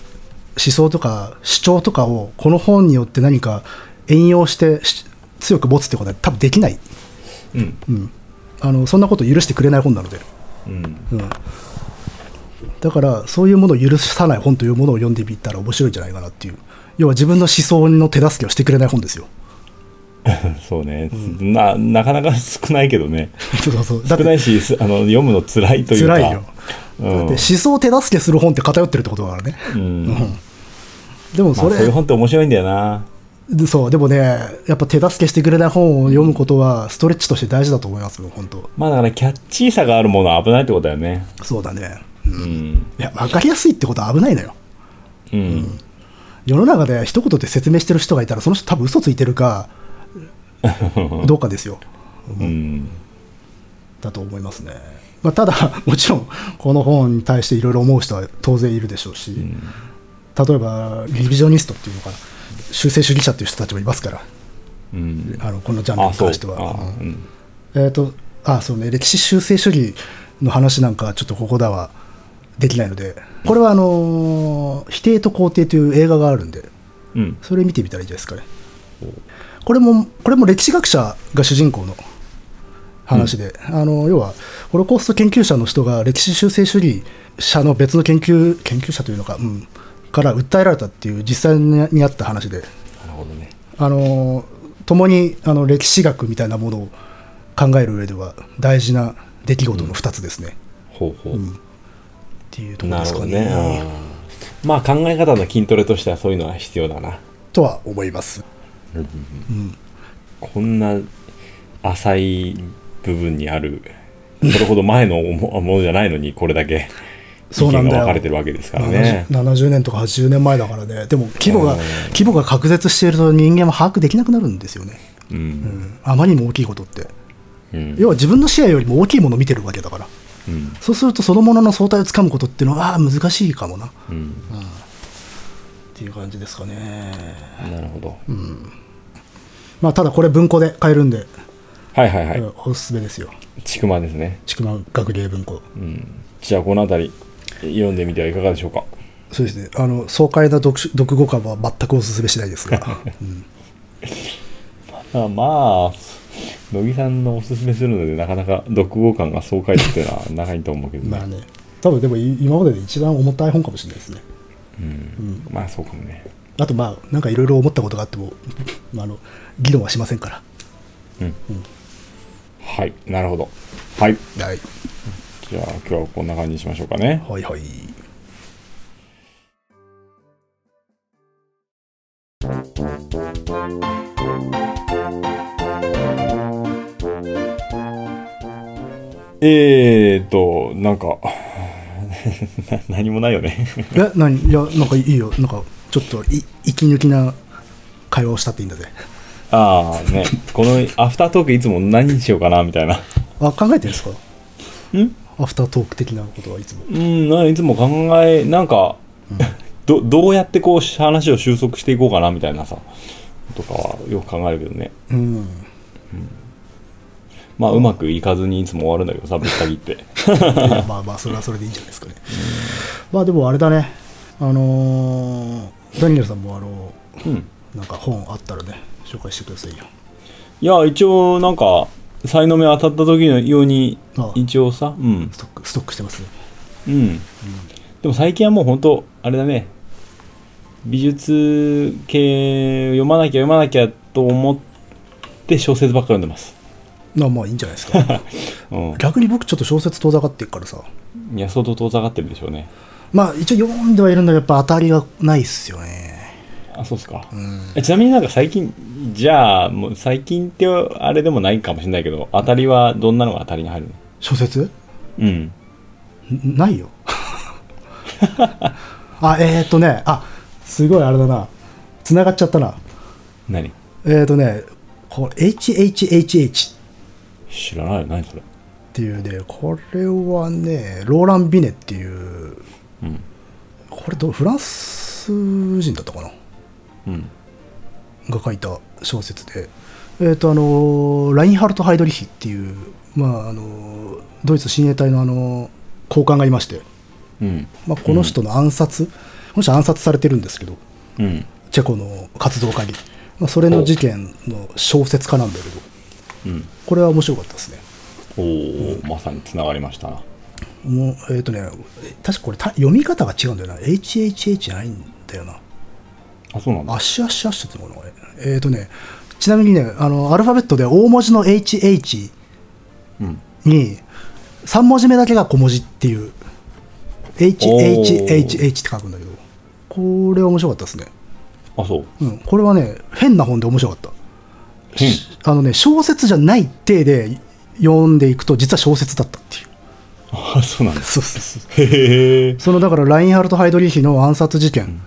[SPEAKER 2] 想とか主張とかを、この本によって何か引用してし強く持つってことは多分できない、
[SPEAKER 1] うん
[SPEAKER 2] うんあの、そんなこと許してくれない本なので、
[SPEAKER 1] うん
[SPEAKER 2] うんだからそういうものを許さない本というものを読んでみたら面白いんじゃないかなっていう要は自分の思想の手助けをしてくれない本 ですよ
[SPEAKER 1] そうね、ななかな か少ないけどね
[SPEAKER 2] そうそうそうだ
[SPEAKER 1] 少
[SPEAKER 2] って
[SPEAKER 1] ないしすあの読むの辛いというか
[SPEAKER 2] 辛いよ、
[SPEAKER 1] うん
[SPEAKER 2] だって思想を手助けする本って偏ってるってことだからね
[SPEAKER 1] うん
[SPEAKER 2] う
[SPEAKER 1] ま
[SPEAKER 2] んでも
[SPEAKER 1] あ、
[SPEAKER 2] そ
[SPEAKER 1] そう
[SPEAKER 2] れ、
[SPEAKER 1] いう本って面白いんだよな
[SPEAKER 2] でそうでもねやっぱ手助けしてくれない本を読むことはストレッチとして大事だと思いますよ本当
[SPEAKER 1] まあだからキャッチーさがあるものは危ないってことだよね
[SPEAKER 2] そうだね
[SPEAKER 1] うん
[SPEAKER 2] いや分かりやすいってことは危ないのよ
[SPEAKER 1] うん、
[SPEAKER 2] 世の中で一言で説明してる人がいたらその人多分嘘ついて るかどうかですよ
[SPEAKER 1] うん
[SPEAKER 2] だと思いますね、まあ、ただ もちろんこの本に対していろいろ思う人は当然いるでしょうし、例えばリビジョニストっていうのかな修正主義者っていう人たちもいますから
[SPEAKER 1] うん、
[SPEAKER 2] あのこのジャンル
[SPEAKER 1] あ
[SPEAKER 2] に
[SPEAKER 1] そう
[SPEAKER 2] 関しては
[SPEAKER 1] あ、うん
[SPEAKER 2] えー、とあそうね歴史修正主義の話なんかはちょっとここだはできないのでこれはあのー否定と肯定」という映画があるんで
[SPEAKER 1] うん
[SPEAKER 2] それ見てみたらいいんじゃないですかねこれもこれも歴史学者が主人公の話で、あの要はホロコースト研究者の人が歴史修正主義者の別の研究研究者というのか、うん、から訴えられたっていう実際にあった話で
[SPEAKER 1] なるほどね
[SPEAKER 2] あの共にあの歴史学みたいなものを考える上では大事な出来事の2つですね、
[SPEAKER 1] ほうほう、
[SPEAKER 2] っていうところ
[SPEAKER 1] なる
[SPEAKER 2] です
[SPEAKER 1] ほ
[SPEAKER 2] か
[SPEAKER 1] ど
[SPEAKER 2] ね
[SPEAKER 1] ねうんまあ考え方の筋トレとしてはそういうのは必要だな
[SPEAKER 2] とは思います
[SPEAKER 1] こんな浅い部分にあるそれほど前のもものじゃないのにこれだけ意
[SPEAKER 2] そうな
[SPEAKER 1] 見
[SPEAKER 2] ん
[SPEAKER 1] が
[SPEAKER 2] だよ
[SPEAKER 1] 分かれてるわけですからね
[SPEAKER 2] 70, 70年とか80年前だからねでも規模が
[SPEAKER 1] うん
[SPEAKER 2] 規模が隔絶していると人間は把握できなくなるんですよね、
[SPEAKER 1] う
[SPEAKER 2] うんんあまりにも大きいことって
[SPEAKER 1] うん
[SPEAKER 2] 要は自分の視野よりも大きいものを見てるわけだから
[SPEAKER 1] うん
[SPEAKER 2] そうするとそのものの相対をつかむことっていうのはああ難しいかもなっ
[SPEAKER 1] うん
[SPEAKER 2] ていう感じですかね
[SPEAKER 1] なるほど
[SPEAKER 2] まあただこれ文庫で買えるんで、
[SPEAKER 1] はいはいはい
[SPEAKER 2] おすすめですよ
[SPEAKER 1] ちくまですね
[SPEAKER 2] 筑馬学芸文庫
[SPEAKER 1] うんじゃあこの辺り読んでみてはいかがでしょうか
[SPEAKER 2] そうですねあの爽快な読書読後感は全くおすすめしないです が、うん
[SPEAKER 1] あまあ乃木さんのおすすめするのでなかなか読後感が爽快っていうのは長いと思うけどね、
[SPEAKER 2] まあね多分でもい今までで一番重たい本かもしれないですね
[SPEAKER 1] うん、まあそうかもね
[SPEAKER 2] あとまあなんかいろいろ思ったことがあっても まああの議論はしませんか
[SPEAKER 1] うん、はいなるほどはい
[SPEAKER 2] らはい
[SPEAKER 1] じゃあ今日はこんな感じにしましょうかね
[SPEAKER 2] はいはい
[SPEAKER 1] えーとなんか な何もないよね
[SPEAKER 2] え何いやなんかいいよなんかちょっとい息抜きな会話をしたっていいんだぜ
[SPEAKER 1] ああねこのアフタートークいつも何にしようかなみたいな
[SPEAKER 2] あ考えてるんですか
[SPEAKER 1] うん
[SPEAKER 2] アフタートーク的なことはいつも
[SPEAKER 1] うんないつも考えなんか、どどうやってこう話を収束していこうかなみたいなさとかはよく考えるけどね
[SPEAKER 2] うん
[SPEAKER 1] まあうまくいかずにいつも終わるんだけどさぶった切って
[SPEAKER 2] いやまあまあそれはそれでいいんじゃないですかね。まあでもあれだね、あのーダニエルさんもあの
[SPEAKER 1] うん
[SPEAKER 2] なんか本あったらね紹介してくださいよ。
[SPEAKER 1] いや一応なんか才能目当たった時のように
[SPEAKER 2] ああ
[SPEAKER 1] 一応さうん
[SPEAKER 2] ストックストックしてますね。
[SPEAKER 1] うんでも最近はもう本当あれだね美術系読まなきゃ読まなきゃと思って小説ばっか読んでます
[SPEAKER 2] まあまあいいんじゃないです か。
[SPEAKER 1] うん
[SPEAKER 2] 逆に僕ちょっと小説遠ざかっていくからさ。
[SPEAKER 1] いや相当遠ざかってるでしょうね
[SPEAKER 2] まあ一応読んではいるんだけどやっぱ当たりがないっすよね。
[SPEAKER 1] あそうっすか、
[SPEAKER 2] うん。
[SPEAKER 1] えちなみになんか最近じゃあもう最近ってあれでもないかもしれないけど当たりはどんなのが当たりに入るの
[SPEAKER 2] 小説
[SPEAKER 1] うん
[SPEAKER 2] んな いよ。あ、えー、っとね、あ、すごいあれだな。繋がっちゃったな。
[SPEAKER 1] 何
[SPEAKER 2] えー、っとね、これ HHHH
[SPEAKER 1] 知らないよ何それ
[SPEAKER 2] っていうねこれはねローラン・ビネっていう
[SPEAKER 1] うん
[SPEAKER 2] これどうフランス人だったかな
[SPEAKER 1] うん
[SPEAKER 2] が書いた小説でえっ、とあのラインハルト・ハイドリヒっていうまああのドイツ親衛隊のあの高官がいまして、
[SPEAKER 1] うん
[SPEAKER 2] まあ、この人の暗殺、この人暗殺されてるんですけど
[SPEAKER 1] うん
[SPEAKER 2] チェコの活動家に、まあ、それの事件の小説家なんだけど
[SPEAKER 1] うん
[SPEAKER 2] これは面白かったですね
[SPEAKER 1] おお、まさにつながりましたな
[SPEAKER 2] もうえっ、とね確かこれた読み方が違うんだよな HHH じゃないんだよな
[SPEAKER 1] あ、そうなんだ。
[SPEAKER 2] アッシュアッシュアッシュっていうのかなこれえっ、とねちなみにねあのアルファベットで大文字の HH
[SPEAKER 1] うん。
[SPEAKER 2] に3文字目だけが小文字っていう HHHH って書くんだけどこれは面白かったですね、
[SPEAKER 1] あ、そう。
[SPEAKER 2] うん、これはね変な本で面白かった
[SPEAKER 1] 変。
[SPEAKER 2] あのね小説じゃない体で読んでいくと実は小説だったっていう
[SPEAKER 1] あ、そうなんだ。
[SPEAKER 2] そうそうそう
[SPEAKER 1] へえ。
[SPEAKER 2] そのだからラインハルト・ハイドリーヒの暗殺事件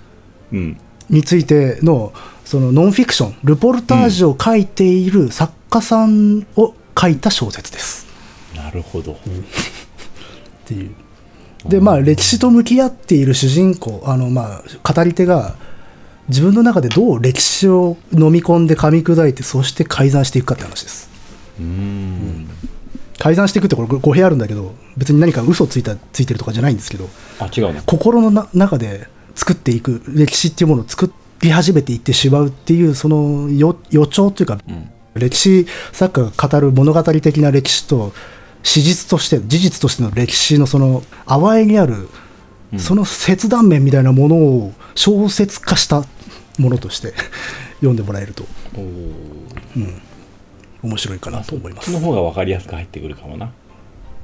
[SPEAKER 1] うん。
[SPEAKER 2] についてのそのノンフィクションルポルタージュを書いている作家さんを書いた小説です、
[SPEAKER 1] なるほど。
[SPEAKER 2] っていうでまあ歴史と向き合っている主人公あのまあ語り手が自分の中でどう歴史を飲み込んで噛み砕いてそして改ざんしていくかって話です
[SPEAKER 1] うーん。
[SPEAKER 2] 改ざんしていくってこれ語弊あるんだけど別に何か嘘ついたついてるとかじゃないんですけど
[SPEAKER 1] あ、違うな。
[SPEAKER 2] 心のな中で作っていく歴史っていうものを作り始めていってしまうっていうその予予兆というか、
[SPEAKER 1] うん。
[SPEAKER 2] 歴史作家が語る物語的な歴史と史実として事実としての歴史のその淡いにある、その切断面みたいなものを小説化したものとして 読んでもらえると
[SPEAKER 1] おー
[SPEAKER 2] 面白いかなと思いま
[SPEAKER 1] そ
[SPEAKER 2] す
[SPEAKER 1] の。方が分かりやすく入ってくるかもな。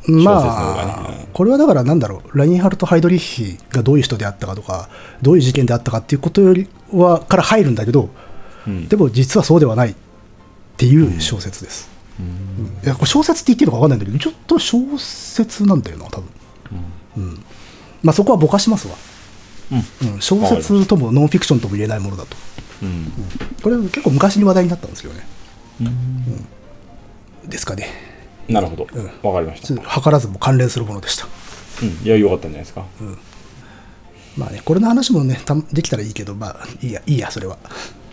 [SPEAKER 1] 小説の方が
[SPEAKER 2] ま
[SPEAKER 1] ね
[SPEAKER 2] あ、これはだからなんだろう、ラインハルト・ハイドリッヒがどういう人であったかとか、どういう事件であったかっていうことよりはから入るんだけど、
[SPEAKER 1] うん
[SPEAKER 2] でも実はそうではないっていう小説です。うんいやこれ小説って言っていいのか分かんないんだけど、ちょっと小説なんだよな、多分、うんまあそこはぼかしますわ、
[SPEAKER 1] うん
[SPEAKER 2] うん小説ともノンフィクションとも言えないものだと。
[SPEAKER 1] うん。
[SPEAKER 2] これは結構昔に話題になったんですけどね。うんですかね。
[SPEAKER 1] なるほど。
[SPEAKER 2] うん
[SPEAKER 1] 分かりました。
[SPEAKER 2] ちょ
[SPEAKER 1] う
[SPEAKER 2] っと図らずも関連するものでした。
[SPEAKER 1] ん。いや、よかったんじゃないですか。
[SPEAKER 2] まあね、これの話もね、たできたらいいけど、まあ、いいや、いいや、それは。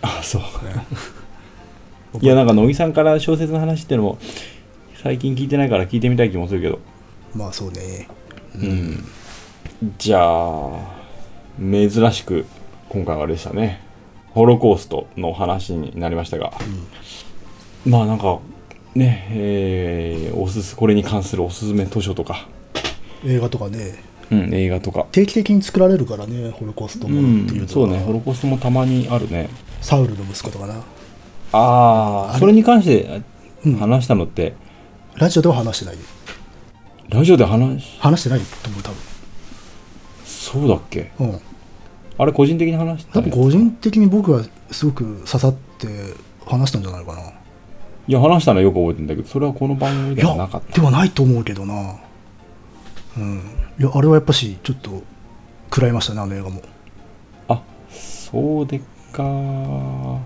[SPEAKER 1] あ、そう。いや、なんか、乃木さんから小説の話ってのも、最近聞いてないから聞いてみたい気もするけど。
[SPEAKER 2] まあ、そうね。
[SPEAKER 1] うん。じゃあ、珍しく、今回はあれでしたね。ホロコーストの話になりましたが。まあ、なんか、ね、えーおすす、これに関するおすすめ図書とか、
[SPEAKER 2] 映画とかね、
[SPEAKER 1] うん、映画とか。
[SPEAKER 2] 定期的に作られるからね、ホロコースト
[SPEAKER 1] う、
[SPEAKER 2] ものっていうんの
[SPEAKER 1] そう
[SPEAKER 2] は
[SPEAKER 1] ね、ホロコーストもたまにあるね。
[SPEAKER 2] サウルの息子とかな。
[SPEAKER 1] ああ、それに関して
[SPEAKER 2] うん
[SPEAKER 1] 話したのって、
[SPEAKER 2] ラジオでは話してない。
[SPEAKER 1] ラジオで話、
[SPEAKER 2] 話してないと思う、多
[SPEAKER 1] そうだっけ
[SPEAKER 2] 分。うん。
[SPEAKER 1] あれ個人的に話し
[SPEAKER 2] 多
[SPEAKER 1] た、
[SPEAKER 2] 分
[SPEAKER 1] ね、
[SPEAKER 2] 個人的に僕はすごく刺さって話したんじゃないかな。
[SPEAKER 1] いや、話したのはよく覚えてんだけど、それはこの番組
[SPEAKER 2] い
[SPEAKER 1] ではなか
[SPEAKER 2] や
[SPEAKER 1] っ、た。
[SPEAKER 2] ではないと思うけどな。うん。いや、あれはやっぱし、ちょっと、食らいましたね、あの映画も。
[SPEAKER 1] あ、そうでっかー。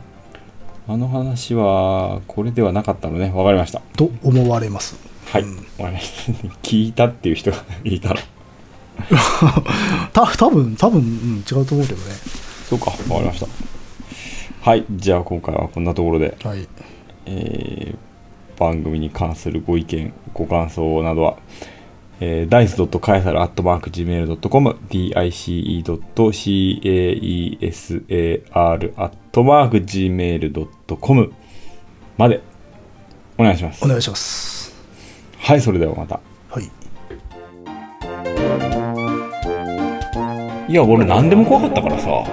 [SPEAKER 1] あの話は、これではなかったのね。わかりました。
[SPEAKER 2] と思われます。
[SPEAKER 1] はい。
[SPEAKER 2] うん
[SPEAKER 1] わかりました。 聞いたっていう人がいたら。
[SPEAKER 2] た多分多分、うん、違うと思うけどね
[SPEAKER 1] そうか、わかりました。はい。じゃあ、今回はこんなところで。
[SPEAKER 2] はい
[SPEAKER 1] えー番組に関するご意見、ご感想などは、えー、dice.caesar.gmail.com、dice.caesar.gmail.com までお願いします
[SPEAKER 2] お。願いします
[SPEAKER 1] はい、それではまた。
[SPEAKER 2] はい
[SPEAKER 1] いや、俺何でも怖かったからさ。